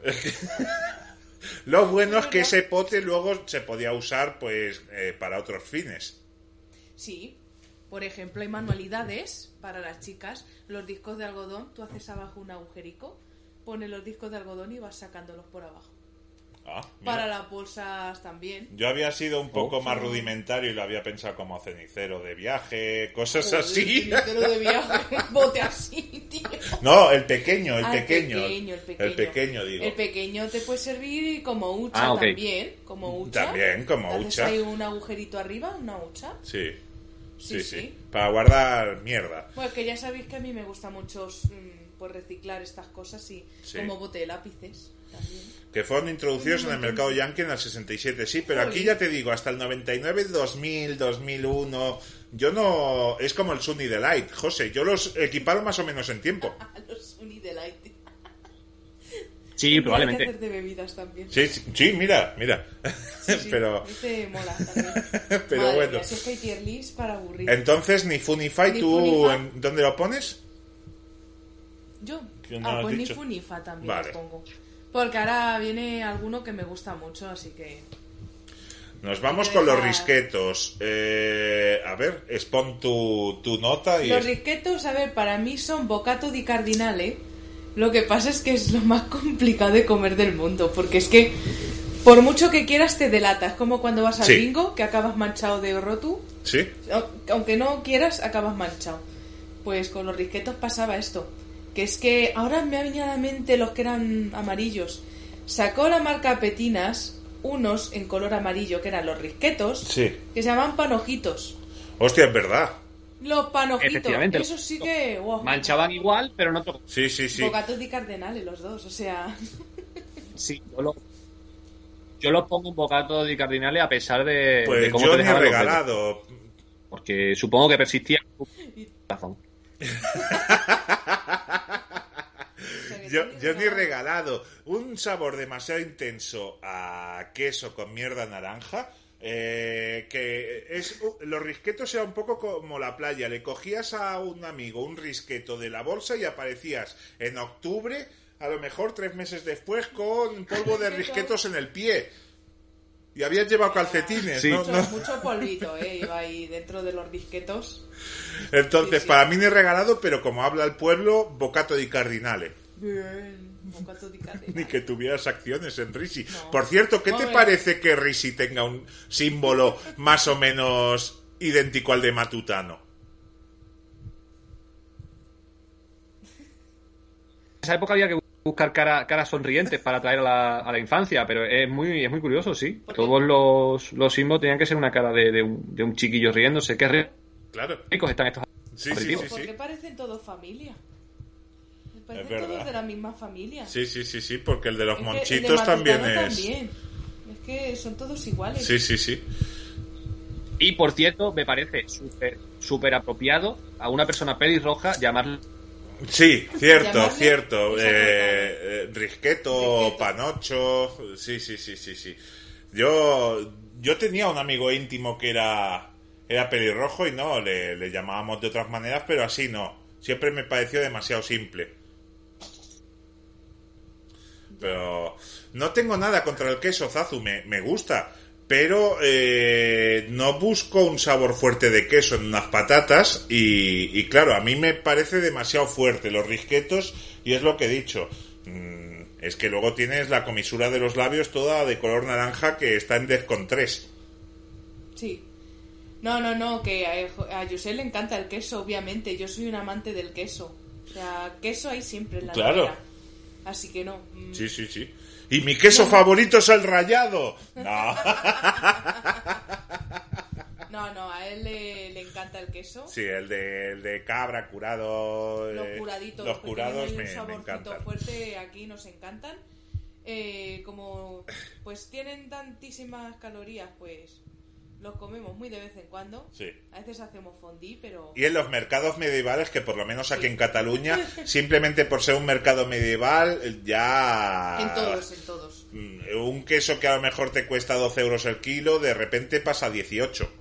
Speaker 2: Lo bueno es que ese pote luego se podía usar pues eh, para otros fines.
Speaker 1: Sí. Por ejemplo, hay manualidades para las chicas. Los discos de algodón, tú haces abajo un agujerico, pones los discos de algodón y vas sacándolos por abajo.
Speaker 2: Ah, mira.
Speaker 1: Para las bolsas también.
Speaker 2: Yo había sido un poco
Speaker 3: Oh.
Speaker 2: más rudimentario y lo había pensado como cenicero de viaje, cosas
Speaker 1: Joder,
Speaker 2: así.
Speaker 1: el tintero de viaje, un bote así, tío.
Speaker 2: No, el pequeño, el
Speaker 1: Ah,
Speaker 2: pequeño.
Speaker 1: el pequeño.
Speaker 2: El pequeño, digo.
Speaker 1: El pequeño te puede servir como hucha
Speaker 3: Ah, ok.
Speaker 1: también. Como hucha.
Speaker 2: También, como
Speaker 1: Haces
Speaker 2: hucha.
Speaker 1: ahí un agujerito arriba, una hucha.
Speaker 2: Sí. Sí, sí,
Speaker 1: Sí, sí.
Speaker 2: Para guardar mierda.
Speaker 1: Bueno, que ya sabéis que a mí me gusta mucho mm, pues reciclar estas cosas y
Speaker 2: Sí.
Speaker 1: como bote de lápices también.
Speaker 2: Que fueron introducidos
Speaker 1: Mm.
Speaker 2: en el mercado yankee en el 67, sí, pero aquí ya te digo, hasta el 99, 2000, 2001. Yo no. Es como el Sunny Delight, José. Yo los equiparo más o menos en tiempo.
Speaker 1: A los Unidelight.
Speaker 3: Sí,
Speaker 1: Hay que
Speaker 3: probablemente.
Speaker 1: hacer de bebidas también.
Speaker 2: Sí, sí, sí, mira, mira.
Speaker 1: Sí, sí,
Speaker 2: pero
Speaker 1: este mola también.
Speaker 2: pero
Speaker 1: Madre
Speaker 2: bueno.
Speaker 1: mía, si es que hay tier list para aburrir.
Speaker 2: Entonces, ni Funify,
Speaker 1: Ni
Speaker 2: ¿tú
Speaker 1: Funify.
Speaker 2: en- dónde lo pones?
Speaker 1: Yo,
Speaker 2: ¿Qué no
Speaker 1: ah,
Speaker 2: has
Speaker 1: pues ni
Speaker 2: dicho?
Speaker 1: fu ni fa también
Speaker 2: Vale.
Speaker 1: los pongo. Porque ahora viene alguno que me gusta mucho, así que.
Speaker 2: Nos vamos
Speaker 1: Yo
Speaker 2: con los
Speaker 1: era-
Speaker 2: risquetos. Eh, a ver, expon tu, tu nota y.
Speaker 1: Los risquetos, a ver, para mí son bocato di cardinale. Lo que pasa es que es lo más complicado de comer del mundo, porque es que por mucho que quieras te delatas, como cuando vas al
Speaker 2: Sí.
Speaker 1: bingo, que acabas manchado de rotu,
Speaker 2: Sí.
Speaker 1: aunque no quieras, acabas manchado. Pues con los risquetos pasaba esto, que es que ahora me ha venido a la mente los que eran amarillos. Sacó la marca Petinas unos en color amarillo, que eran los risquetos,
Speaker 2: Sí.
Speaker 1: que se llamaban panojitos.
Speaker 2: Hostia, es verdad.
Speaker 1: Los panojitos,
Speaker 3: Efectivamente.
Speaker 1: eso sí que... wow.
Speaker 3: Manchaban igual, pero no to-
Speaker 2: Sí, sí, sí.
Speaker 1: Bocatos di Cardenales, los dos, o sea.
Speaker 3: Sí, yo lo- yo los pongo un bocato de cardinales a pesar de,
Speaker 2: Pues
Speaker 3: de cómo
Speaker 2: yo
Speaker 3: te
Speaker 2: ni
Speaker 3: dejaban los dedos.
Speaker 2: regalado.
Speaker 3: Porque supongo que persistía razón.
Speaker 1: o sea, que
Speaker 2: Yo,
Speaker 1: tienes
Speaker 2: yo ni
Speaker 1: una-
Speaker 2: regalado. Un sabor demasiado intenso a queso con mierda naranja. eh, que es, u- los risquetos era un poco como la playa. Le cogías a un amigo un risqueto de la bolsa y aparecías en octubre, a lo mejor tres meses después, con polvo de risquetos en el pie. Y habías llevado calcetines,
Speaker 3: Sí.
Speaker 2: ¿no?
Speaker 1: mucho,
Speaker 2: No-
Speaker 1: mucho polvito, ¿eh? Iba ahí dentro de los disquetos.
Speaker 2: Entonces,
Speaker 1: Sí, sí.
Speaker 2: para mí ni regalado, pero como habla el pueblo, bocato di cardinale.
Speaker 1: Bien, bocato di cardinale.
Speaker 2: Ni que tuvieras acciones en Risi.
Speaker 1: No.
Speaker 2: Por cierto, ¿qué te
Speaker 1: Hombre.
Speaker 2: parece que Risi tenga un símbolo más o menos idéntico al de Matutano?
Speaker 3: En esa época había que buscar cara- caras sonrientes para atraer a la, a la infancia, pero es muy, es muy curioso, sí.
Speaker 1: ¿Por qué?
Speaker 3: Todos los, los símbolos tenían que ser una cara de, de un, de un chiquillo riéndose. Qué
Speaker 2: Claro.
Speaker 3: ricos están estos.
Speaker 2: Sí, sí,
Speaker 3: Aperitivo.
Speaker 2: sí,
Speaker 1: Porque
Speaker 2: sí.
Speaker 1: parecen todos familia. Parecen
Speaker 2: verdad.
Speaker 1: todos de la misma familia.
Speaker 2: Sí, sí, sí, sí, porque el de
Speaker 1: Es
Speaker 2: los
Speaker 1: que el de
Speaker 2: monchitos
Speaker 1: Matutano
Speaker 2: también es.
Speaker 1: también. Es que son todos iguales.
Speaker 2: Sí, sí, sí.
Speaker 3: Y por cierto, me parece súper súper apropiado a una persona pelirroja llamarle
Speaker 2: Sí, cierto,
Speaker 1: Llamarle
Speaker 2: cierto.
Speaker 1: esa
Speaker 2: Eh, eh, risqueto,
Speaker 1: Risqueto.
Speaker 2: panocho. Sí, sí, sí, sí, sí. Yo, yo tenía un amigo íntimo que era, era pelirrojo y no, le, le llamábamos de otras maneras, pero así no. Siempre me pareció demasiado simple. Pero no tengo nada contra el queso Zazu, me, me gusta. Pero eh, no busco un sabor fuerte de queso en unas patatas y, y claro, a mí me parece demasiado fuerte los risquetos y es lo que he dicho. Mm, es que luego tienes la comisura de los labios toda de color naranja que está en Defcon 3.
Speaker 1: Sí. No, no, no, que a, jo- a José le encanta el queso, obviamente. Yo soy un amante del queso. O sea, queso hay siempre en la
Speaker 2: Claro.
Speaker 1: nevera. Así que no. mm,
Speaker 2: Sí, sí, sí. Y mi queso favorito es el rayado. No.
Speaker 1: No, no, a él le, le encanta el queso.
Speaker 2: Sí, el de, el de cabra, curado.
Speaker 1: Los
Speaker 2: eh,
Speaker 1: curaditos.
Speaker 2: Los
Speaker 1: porque
Speaker 2: curados
Speaker 1: tienen
Speaker 2: me,
Speaker 1: un
Speaker 2: me
Speaker 1: saborcito
Speaker 2: encantan.
Speaker 1: fuerte aquí nos encantan. Eh, como pues tienen tantísimas calorías, pues los comemos muy de vez en cuando.
Speaker 2: Sí.
Speaker 1: A veces hacemos fondí, pero...
Speaker 2: Y en los mercados medievales, que por lo menos aquí
Speaker 1: Sí.
Speaker 2: en Cataluña, simplemente por ser un mercado medieval, eh, ya...
Speaker 1: En todos, en todos.
Speaker 2: Mm, Un queso que a lo mejor te cuesta 12 euros el kilo, de repente pasa a 18.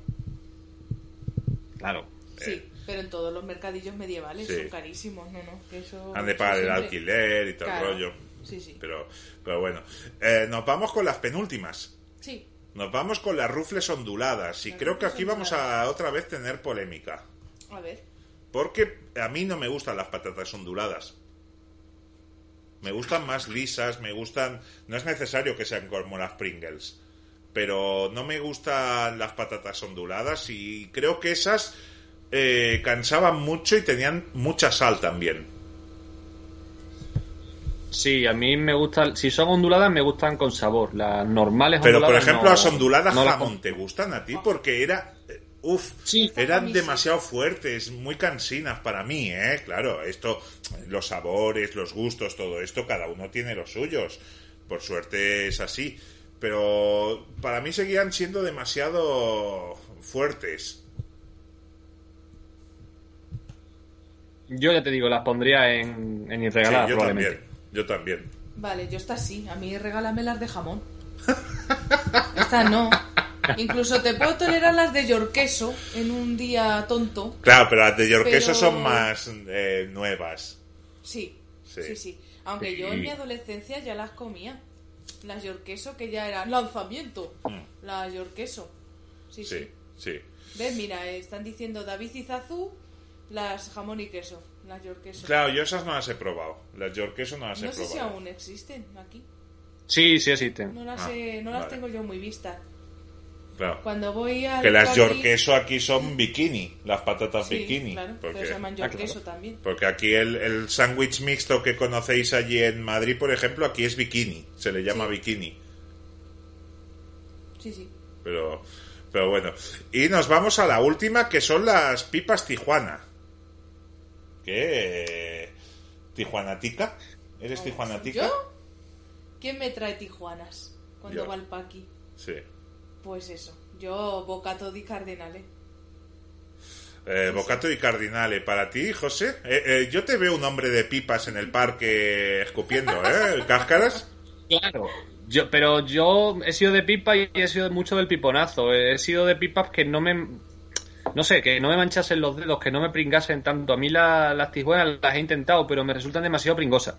Speaker 3: Claro.
Speaker 1: Sí, pero en todos los mercadillos medievales
Speaker 2: Sí.
Speaker 1: son carísimos, no, no, que eso...
Speaker 2: Han de pagar el
Speaker 1: siempre-
Speaker 2: alquiler y todo
Speaker 1: Claro.
Speaker 2: el rollo.
Speaker 1: Sí, sí.
Speaker 2: Pero, pero bueno, Eh, nos vamos con las penúltimas.
Speaker 1: Sí,
Speaker 2: Nos vamos con las rufles onduladas. Y
Speaker 1: Las
Speaker 2: creo que
Speaker 1: rufles
Speaker 2: aquí vamos
Speaker 1: onduladas.
Speaker 2: a otra vez tener polémica.
Speaker 1: a ver.
Speaker 2: Porque a mí no me gustan las patatas onduladas. Me gustan más lisas, me gustan... No es necesario que sean como las Pringles. Pero no me gustan las patatas onduladas y creo que esas eh, cansaban mucho y tenían mucha sal también.
Speaker 3: Sí, a mí me gustan. Si son onduladas, me gustan con sabor. Las normales
Speaker 2: Pero por
Speaker 3: onduladas
Speaker 2: ejemplo
Speaker 3: no-
Speaker 2: las onduladas
Speaker 3: no las
Speaker 2: jamón, ¿te gustan a ti? Porque era... eh, Uf,
Speaker 3: Sí.
Speaker 1: A mí
Speaker 2: eran
Speaker 1: sí.
Speaker 2: demasiado fuertes, muy cansinas para mí, ¿eh? Claro, esto, los sabores, los gustos, todo esto, cada uno tiene los suyos. Por suerte es así. Pero para mí seguían siendo demasiado fuertes.
Speaker 3: Yo ya te digo, las pondría en, en
Speaker 2: Sí,
Speaker 3: irregalada,
Speaker 2: yo
Speaker 3: probablemente.
Speaker 2: también, yo también.
Speaker 1: Vale, yo estas sí. A mí regálame las de jamón. Estas no. Incluso te puedo tolerar las de yorqueso en un día tonto.
Speaker 2: Claro, pero las de yorqueso
Speaker 1: Pero-
Speaker 2: son más eh, nuevas.
Speaker 1: Sí,
Speaker 2: Sí.
Speaker 1: sí, sí. Aunque yo en mi adolescencia ya las comía. Las yorqueso que ya eran lanzamiento.
Speaker 2: Mm.
Speaker 1: Las yorqueso. Sí, sí.
Speaker 2: Sí, sí.
Speaker 1: Ves, mira, eh, están diciendo David y Zazú las jamón y queso. Las yorqueso.
Speaker 2: Claro, yo esas no las he probado. Las yorqueso no las he
Speaker 1: no sé
Speaker 2: probado.
Speaker 1: si aún existen aquí.
Speaker 3: Sí, sí existen.
Speaker 1: No las,
Speaker 2: Ah,
Speaker 1: he- no las
Speaker 2: vale.
Speaker 1: tengo yo muy vistas.
Speaker 2: Claro.
Speaker 1: Cuando voy a...
Speaker 2: Que las yorqueso aquí son bikini, las patatas
Speaker 1: Sí,
Speaker 2: bikini.
Speaker 1: claro, pero
Speaker 2: porque-
Speaker 1: se llaman
Speaker 3: Ah,
Speaker 1: yorqueso también.
Speaker 2: Porque aquí el, el sándwich mixto que conocéis allí en Madrid, por ejemplo, aquí es bikini. Se le llama
Speaker 1: Sí.
Speaker 2: bikini.
Speaker 1: Sí, sí.
Speaker 2: Pero, pero bueno. Y nos vamos a la última, que son las pipas Tijuana. ¿Qué? ¿Tijuanatica? ¿Eres tijuanatica?
Speaker 1: Oh, ¿Yo? ¿Quién me trae tijuanas cuando
Speaker 2: Yo.
Speaker 1: va al paqui?
Speaker 2: Sí. Eh,
Speaker 1: Pues eso, yo bocato di cardenale.
Speaker 2: Eh, Bocato y Cardinale, para ti, José. Eh, eh, yo te veo un hombre de pipas en el parque escupiendo, ¿eh? ¿Cáscaras?
Speaker 3: Claro. Yo, pero yo he sido de pipa y he sido mucho del piponazo. He sido de pipas que no me. No sé, que no me manchasen los dedos, que no me pringasen tanto. A mí la- las tijuenas las he intentado, pero me resultan demasiado pringosas.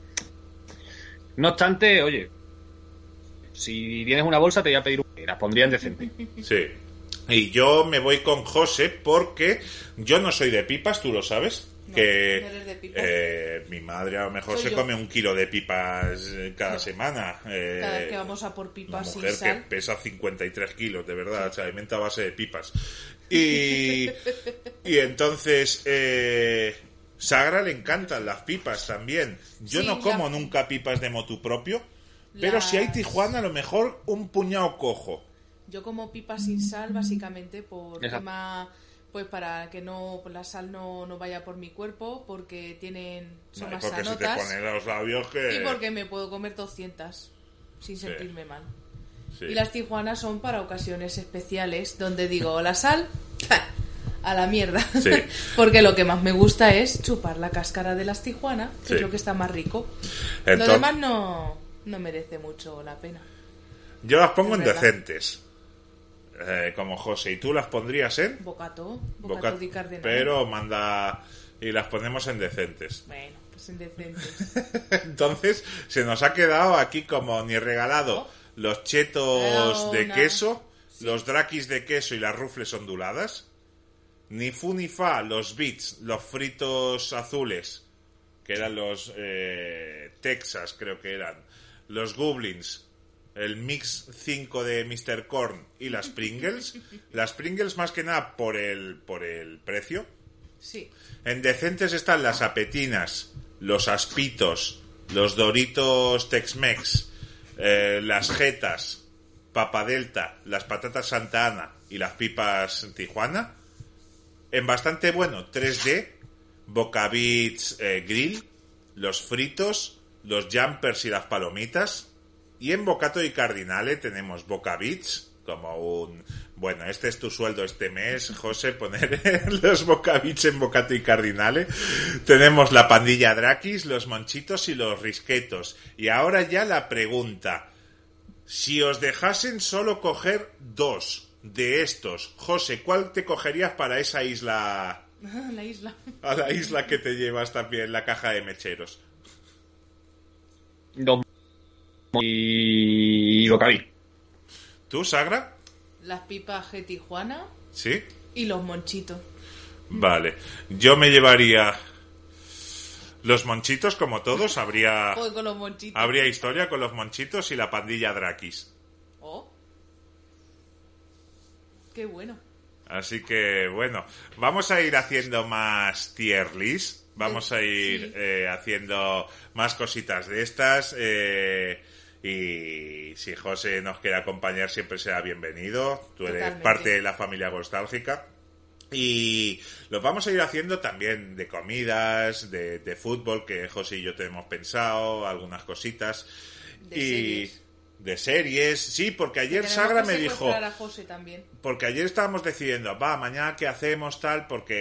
Speaker 3: No obstante, oye, si tienes una bolsa te voy a pedir una. Las pondría en decente.
Speaker 2: Sí. Y yo me voy con José porque yo no soy de pipas, tú lo sabes.
Speaker 1: No,
Speaker 2: que
Speaker 1: no eres de pipas.
Speaker 2: eh, mi madre a lo mejor
Speaker 1: Soy
Speaker 2: se
Speaker 1: yo.
Speaker 2: come un kilo de pipas eh, cada semana. eh,
Speaker 1: Cada vez que vamos a por pipas
Speaker 2: una
Speaker 1: sin
Speaker 2: mujer que
Speaker 1: sal.
Speaker 2: pesa 53 kilos, de verdad, se alimenta a base de pipas. Y, y entonces, eh, Sagra le encantan las pipas también. Yo
Speaker 1: Sí,
Speaker 2: no como
Speaker 1: la-
Speaker 2: nunca pipas de motu propio, pero si hay
Speaker 1: Las-
Speaker 2: Tijuana, a lo mejor un puñado cojo.
Speaker 1: Yo como pipas sin sal básicamente por
Speaker 3: Exacto.
Speaker 1: tema pues para que no la sal no, no vaya por mi cuerpo porque tienen son
Speaker 2: No, y
Speaker 1: más
Speaker 2: porque se te
Speaker 1: sanotas
Speaker 2: ponen eh, los labios que...
Speaker 1: y porque me puedo comer 200 sin sentirme mal.
Speaker 2: Sí.
Speaker 1: Y las tijuanas son para ocasiones especiales donde digo la sal ¡ja! a la mierda.
Speaker 2: Sí.
Speaker 1: Porque lo que más me gusta es chupar la cáscara de las tijuanas, que
Speaker 2: Sí.
Speaker 1: es lo que está más rico.
Speaker 2: Entonces,
Speaker 1: Lo demás no, no merece mucho la pena.
Speaker 2: Yo las pongo en
Speaker 1: Es verdad.
Speaker 2: decentes. eh, como José. ¿Y tú las pondrías en?
Speaker 1: Bocato, bocato
Speaker 2: Boca-
Speaker 1: di cardenal.
Speaker 2: Pero manda... Y las ponemos en decentes.
Speaker 1: Bueno, pues indecentes.
Speaker 2: Entonces, se nos ha quedado aquí como ni regalado los chetos
Speaker 1: Pero
Speaker 2: de
Speaker 1: una-
Speaker 2: queso, los drakis de queso y las rufles onduladas, ni fu ni fa los bits, los fritos azules, que eran los eh, Texas, creo que eran, los goblins, el mix 5 de Mr. Corn y las Pringles. las Pringles más que nada por el, por el precio,
Speaker 1: Sí.
Speaker 2: en decentes están las apetinas, los aspitos, los doritos Tex-Mex, eh, las jetas, papadelta, las patatas Santa Ana y las pipas Tijuana. En bastante bueno, 3D, bocabits eh, grill, los fritos, los jumpers y las palomitas. Y en Bocato y Cardinale tenemos Bocavits, como un... Bueno, este es tu sueldo este mes, José, poner los Bocavits en Bocato y Cardinale. Tenemos la pandilla Drakis, los monchitos y los risquetos. Y ahora ya la pregunta. Si os dejasen solo coger dos de estos, José, ¿cuál te cogerías para esa isla...
Speaker 1: La isla.
Speaker 2: A la isla que te llevas también, la caja de mecheros?
Speaker 3: Dos. Y. Bocadí.
Speaker 2: ¿Tú, Sagra?
Speaker 1: Las pipas de Tijuana
Speaker 2: ¿Sí?
Speaker 1: y los monchitos.
Speaker 2: Vale. Yo me llevaría los monchitos, como todos. Habría,
Speaker 1: Joder, con los monchitos.
Speaker 2: habría historia con los monchitos y la pandilla Drakis.
Speaker 1: Oh. Qué bueno.
Speaker 2: Así que, bueno, vamos a ir haciendo más tier list. Vamos a ir
Speaker 1: Sí.
Speaker 2: eh, haciendo más cositas de estas. eh, y si José nos quiere acompañar, siempre será bienvenido. Tú eres
Speaker 1: Totalmente.
Speaker 2: parte de la familia nostálgica. Y los vamos a ir haciendo también de comidas, de, de fútbol, que José y yo tenemos pensado, algunas cositas.
Speaker 1: De
Speaker 2: y
Speaker 1: series.
Speaker 2: de series, sí, porque ayer
Speaker 1: Tenemos
Speaker 2: Sagra
Speaker 1: que
Speaker 2: me dijo,
Speaker 1: secuestrar a José también.
Speaker 2: porque ayer estábamos decidiendo, va, mañana qué hacemos tal, porque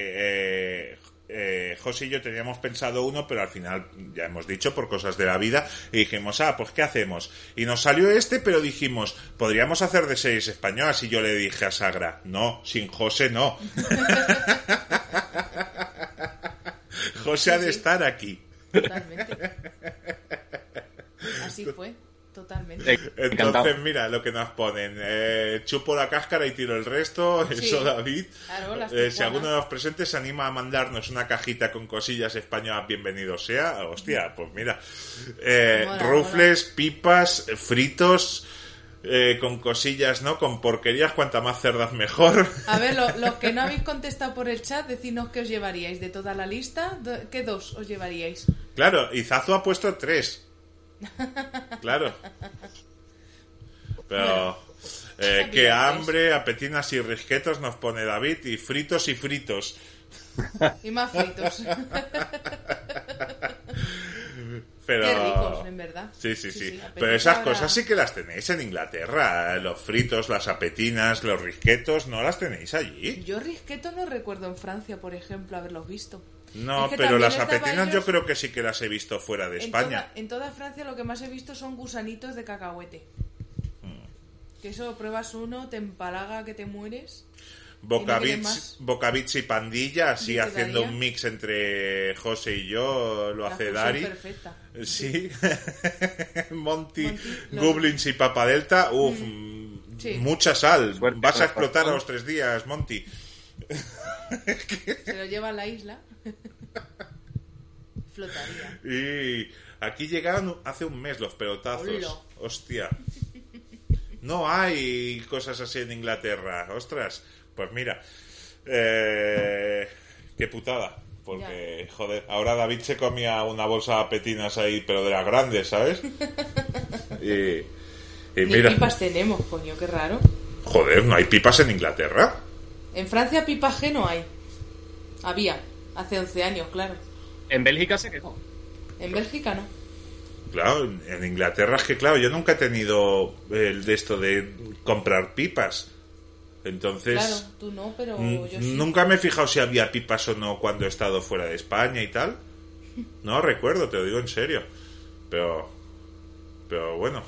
Speaker 2: eh, eh, José y yo teníamos pensado uno, pero al final, ya hemos dicho, por cosas de la vida, y dijimos, ah, pues qué hacemos. Y nos salió este, pero dijimos, podríamos hacer de series españolas, y yo le dije a Sagra, no, sin José no. José ha de estar aquí.
Speaker 1: Totalmente. Así fue. Totalmente.
Speaker 3: Eh,
Speaker 2: Eh,
Speaker 3: Encantado.
Speaker 2: Entonces, mira lo que nos ponen. eh, chupo la cáscara y tiro el resto.
Speaker 1: Sí.
Speaker 2: Eso, David.
Speaker 1: Claro, las
Speaker 2: Eh, si
Speaker 1: tijuanas.
Speaker 2: alguno de los presentes se anima a mandarnos una cajita con cosillas españolas, bienvenido sea. Hostia, pues mira. Eh,
Speaker 1: Mola,
Speaker 2: rufles, pipas, eh, fritos, eh, con cosillas, ¿no? Con porquerías, cuanta más cerdas mejor.
Speaker 1: A ver, lo- los que no habéis contestado por el chat, decidnos qué os llevaríais. De toda la lista, do- ¿qué dos os llevaríais?
Speaker 2: claro, y Zazo ha puesto tres. Claro. Pero... eh,
Speaker 1: Está
Speaker 2: qué
Speaker 1: bien,
Speaker 2: hambre, apetinas y risquetos nos pone David y fritos y fritos.
Speaker 1: Y más fritos.
Speaker 2: Pero...
Speaker 1: Qué ricos, ¿eh? en verdad.
Speaker 2: Sí, sí, sí. Pero
Speaker 1: apetece
Speaker 2: esas
Speaker 1: ahora.
Speaker 2: cosas sí que las tenéis en Inglaterra. eh, Los fritos, las apetinas, los risquetos, ¿no las tenéis allí?
Speaker 1: Yo risqueto no recuerdo en Francia, por ejemplo, haberlos visto.
Speaker 2: No,
Speaker 1: Es que
Speaker 2: pero
Speaker 1: también
Speaker 2: las
Speaker 1: estaba
Speaker 2: apetinas
Speaker 1: ellos-
Speaker 2: yo creo que sí que las he visto fuera de
Speaker 1: en
Speaker 2: España.
Speaker 1: Toda, en toda Francia lo que más he visto son gusanitos de cacahuete.
Speaker 2: Mm.
Speaker 1: Que eso pruebas uno, te empalaga que te mueres. ¿Y no quieres
Speaker 2: Bocavits,
Speaker 1: más?
Speaker 2: Bocavits y Pandilla, así
Speaker 1: ¿Dice
Speaker 2: haciendo
Speaker 1: Daría?
Speaker 2: un mix entre José y yo, lo
Speaker 1: La
Speaker 2: hace
Speaker 1: fusión
Speaker 2: Dari.
Speaker 1: perfecta.
Speaker 2: Sí. Monty,
Speaker 1: Monty, lo-
Speaker 2: Goblins y Papa Delta. Uf,
Speaker 1: sí.
Speaker 2: mucha sal.
Speaker 3: Suerte
Speaker 2: Vas
Speaker 3: con
Speaker 2: a
Speaker 3: la
Speaker 2: explotar a
Speaker 3: razón.
Speaker 2: los tres días, Monty.
Speaker 1: Se lo lleva a la isla. Flotaría.
Speaker 2: Y aquí llegaron hace un mes los pelotazos.
Speaker 1: Hola.
Speaker 2: Hostia. No hay cosas así en Inglaterra. Ostras. Pues mira. Eh, qué putada. Porque, joder, ahora David se comía una bolsa de petinas ahí, pero de las grandes, ¿sabes? Y, y
Speaker 1: Ni
Speaker 2: mira.
Speaker 1: pipas tenemos, coño, qué raro.
Speaker 2: Joder, ¿no hay pipas en Inglaterra?
Speaker 1: En Francia pipa G no hay. Había, hace 11 años, claro.
Speaker 3: En Bélgica se quedó.
Speaker 1: En Bélgica no.
Speaker 2: Claro, en- en Inglaterra es que, claro, yo nunca he tenido el de esto de comprar pipas. Entonces,
Speaker 1: Claro, tú no, pero
Speaker 2: n-
Speaker 1: yo sí.
Speaker 2: nunca me he fijado si había pipas o no cuando he estado fuera de España y tal. No recuerdo, te lo digo en serio. Pero, pero bueno,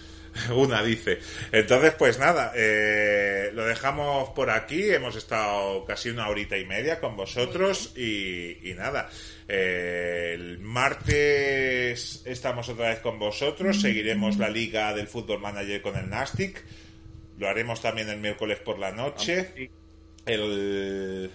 Speaker 2: una dice. Entonces, pues nada, eh, lo dejamos por aquí. Hemos estado casi una horita y media con vosotros y, y nada. eh, el martes estamos otra vez con vosotros. Seguiremos la liga del fútbol manager con el Nastic. Lo haremos también el miércoles por la noche.
Speaker 3: Sí.
Speaker 2: El...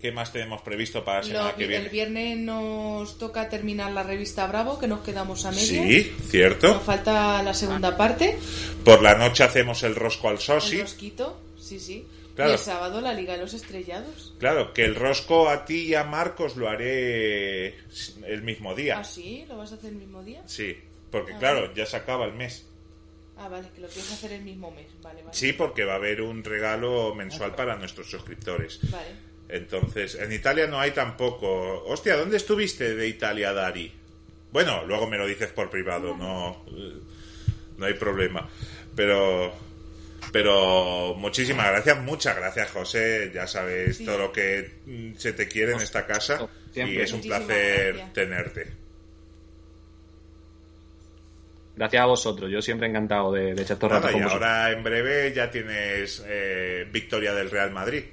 Speaker 2: ¿Qué más tenemos previsto para la
Speaker 1: Lo-
Speaker 2: semana que
Speaker 1: el
Speaker 2: viene?
Speaker 1: viernes nos toca terminar la revista Bravo, que nos quedamos a medio.
Speaker 2: Sí, Ah. cierto.
Speaker 1: Nos falta la segunda parte.
Speaker 2: Por la noche hacemos el rosco al
Speaker 1: El
Speaker 2: sosi.
Speaker 1: rosquito, sí, sí.
Speaker 2: Ah, Claro.
Speaker 1: Y el sábado la Liga de los Estrellados.
Speaker 2: Claro, que el rosco a ti y a Marcos lo haré el mismo día.
Speaker 1: ¿Ah, sí? ¿Lo vas a hacer el mismo día?
Speaker 2: Sí, porque
Speaker 1: Ah,
Speaker 2: claro, ya se acaba el mes.
Speaker 1: Ah, vale, que lo quieres hacer el mismo mes. Vale, vale.
Speaker 2: Sí, porque va a haber un regalo mensual para nuestros suscriptores.
Speaker 1: Vale.
Speaker 2: Entonces, en Italia no hay tampoco. Hostia, ¿dónde estuviste de Italia, Dari? Bueno, luego me lo dices por privado, no, eh, no hay problema. Pero, pero muchísimas gracias, muchas gracias, José. Ya sabes
Speaker 1: Sí.
Speaker 2: todo lo que mm, se te quiere en esta casa y
Speaker 3: Oh, Siempre.
Speaker 2: es un
Speaker 1: Muchísimas
Speaker 2: placer
Speaker 1: gracias.
Speaker 2: tenerte.
Speaker 3: Gracias a vosotros. Yo siempre encantado de, de echar todo el rato
Speaker 2: Nada, y
Speaker 3: con vosotros.
Speaker 2: ahora en breve ya tienes eh, victoria del Real Madrid.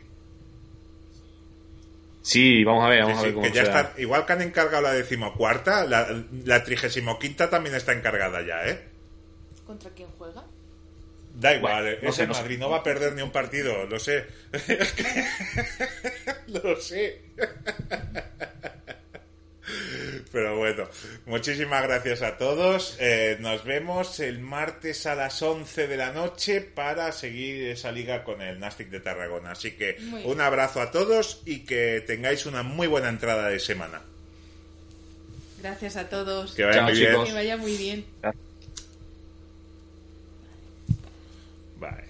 Speaker 3: Sí, vamos a ver, vamos
Speaker 2: Sí,
Speaker 3: a ver
Speaker 2: sí,
Speaker 3: cómo
Speaker 2: que ya
Speaker 3: se da.
Speaker 2: están- igual que han encargado la decimocuarta, la, la trigésimoquinta también está encargada ya, ¿eh?
Speaker 1: ¿Contra quién juega?
Speaker 2: Da igual, eh,
Speaker 3: Bueno, no
Speaker 2: ese
Speaker 3: sé, no sé.
Speaker 2: Madrid no va a perder ni un partido, lo sé. lo sé. Pero bueno, muchísimas gracias a todos. Eh, nos vemos el martes a las 11 de la noche para seguir esa liga con el Nastic de Tarragona. Así que
Speaker 1: Muy bien.
Speaker 2: un abrazo a todos y que tengáis una muy buena entrada de semana.
Speaker 1: Gracias a todos.
Speaker 2: Que vaya
Speaker 3: Chao,
Speaker 2: muy bien.
Speaker 3: chicos.
Speaker 1: Que vaya muy bien.
Speaker 2: Bye.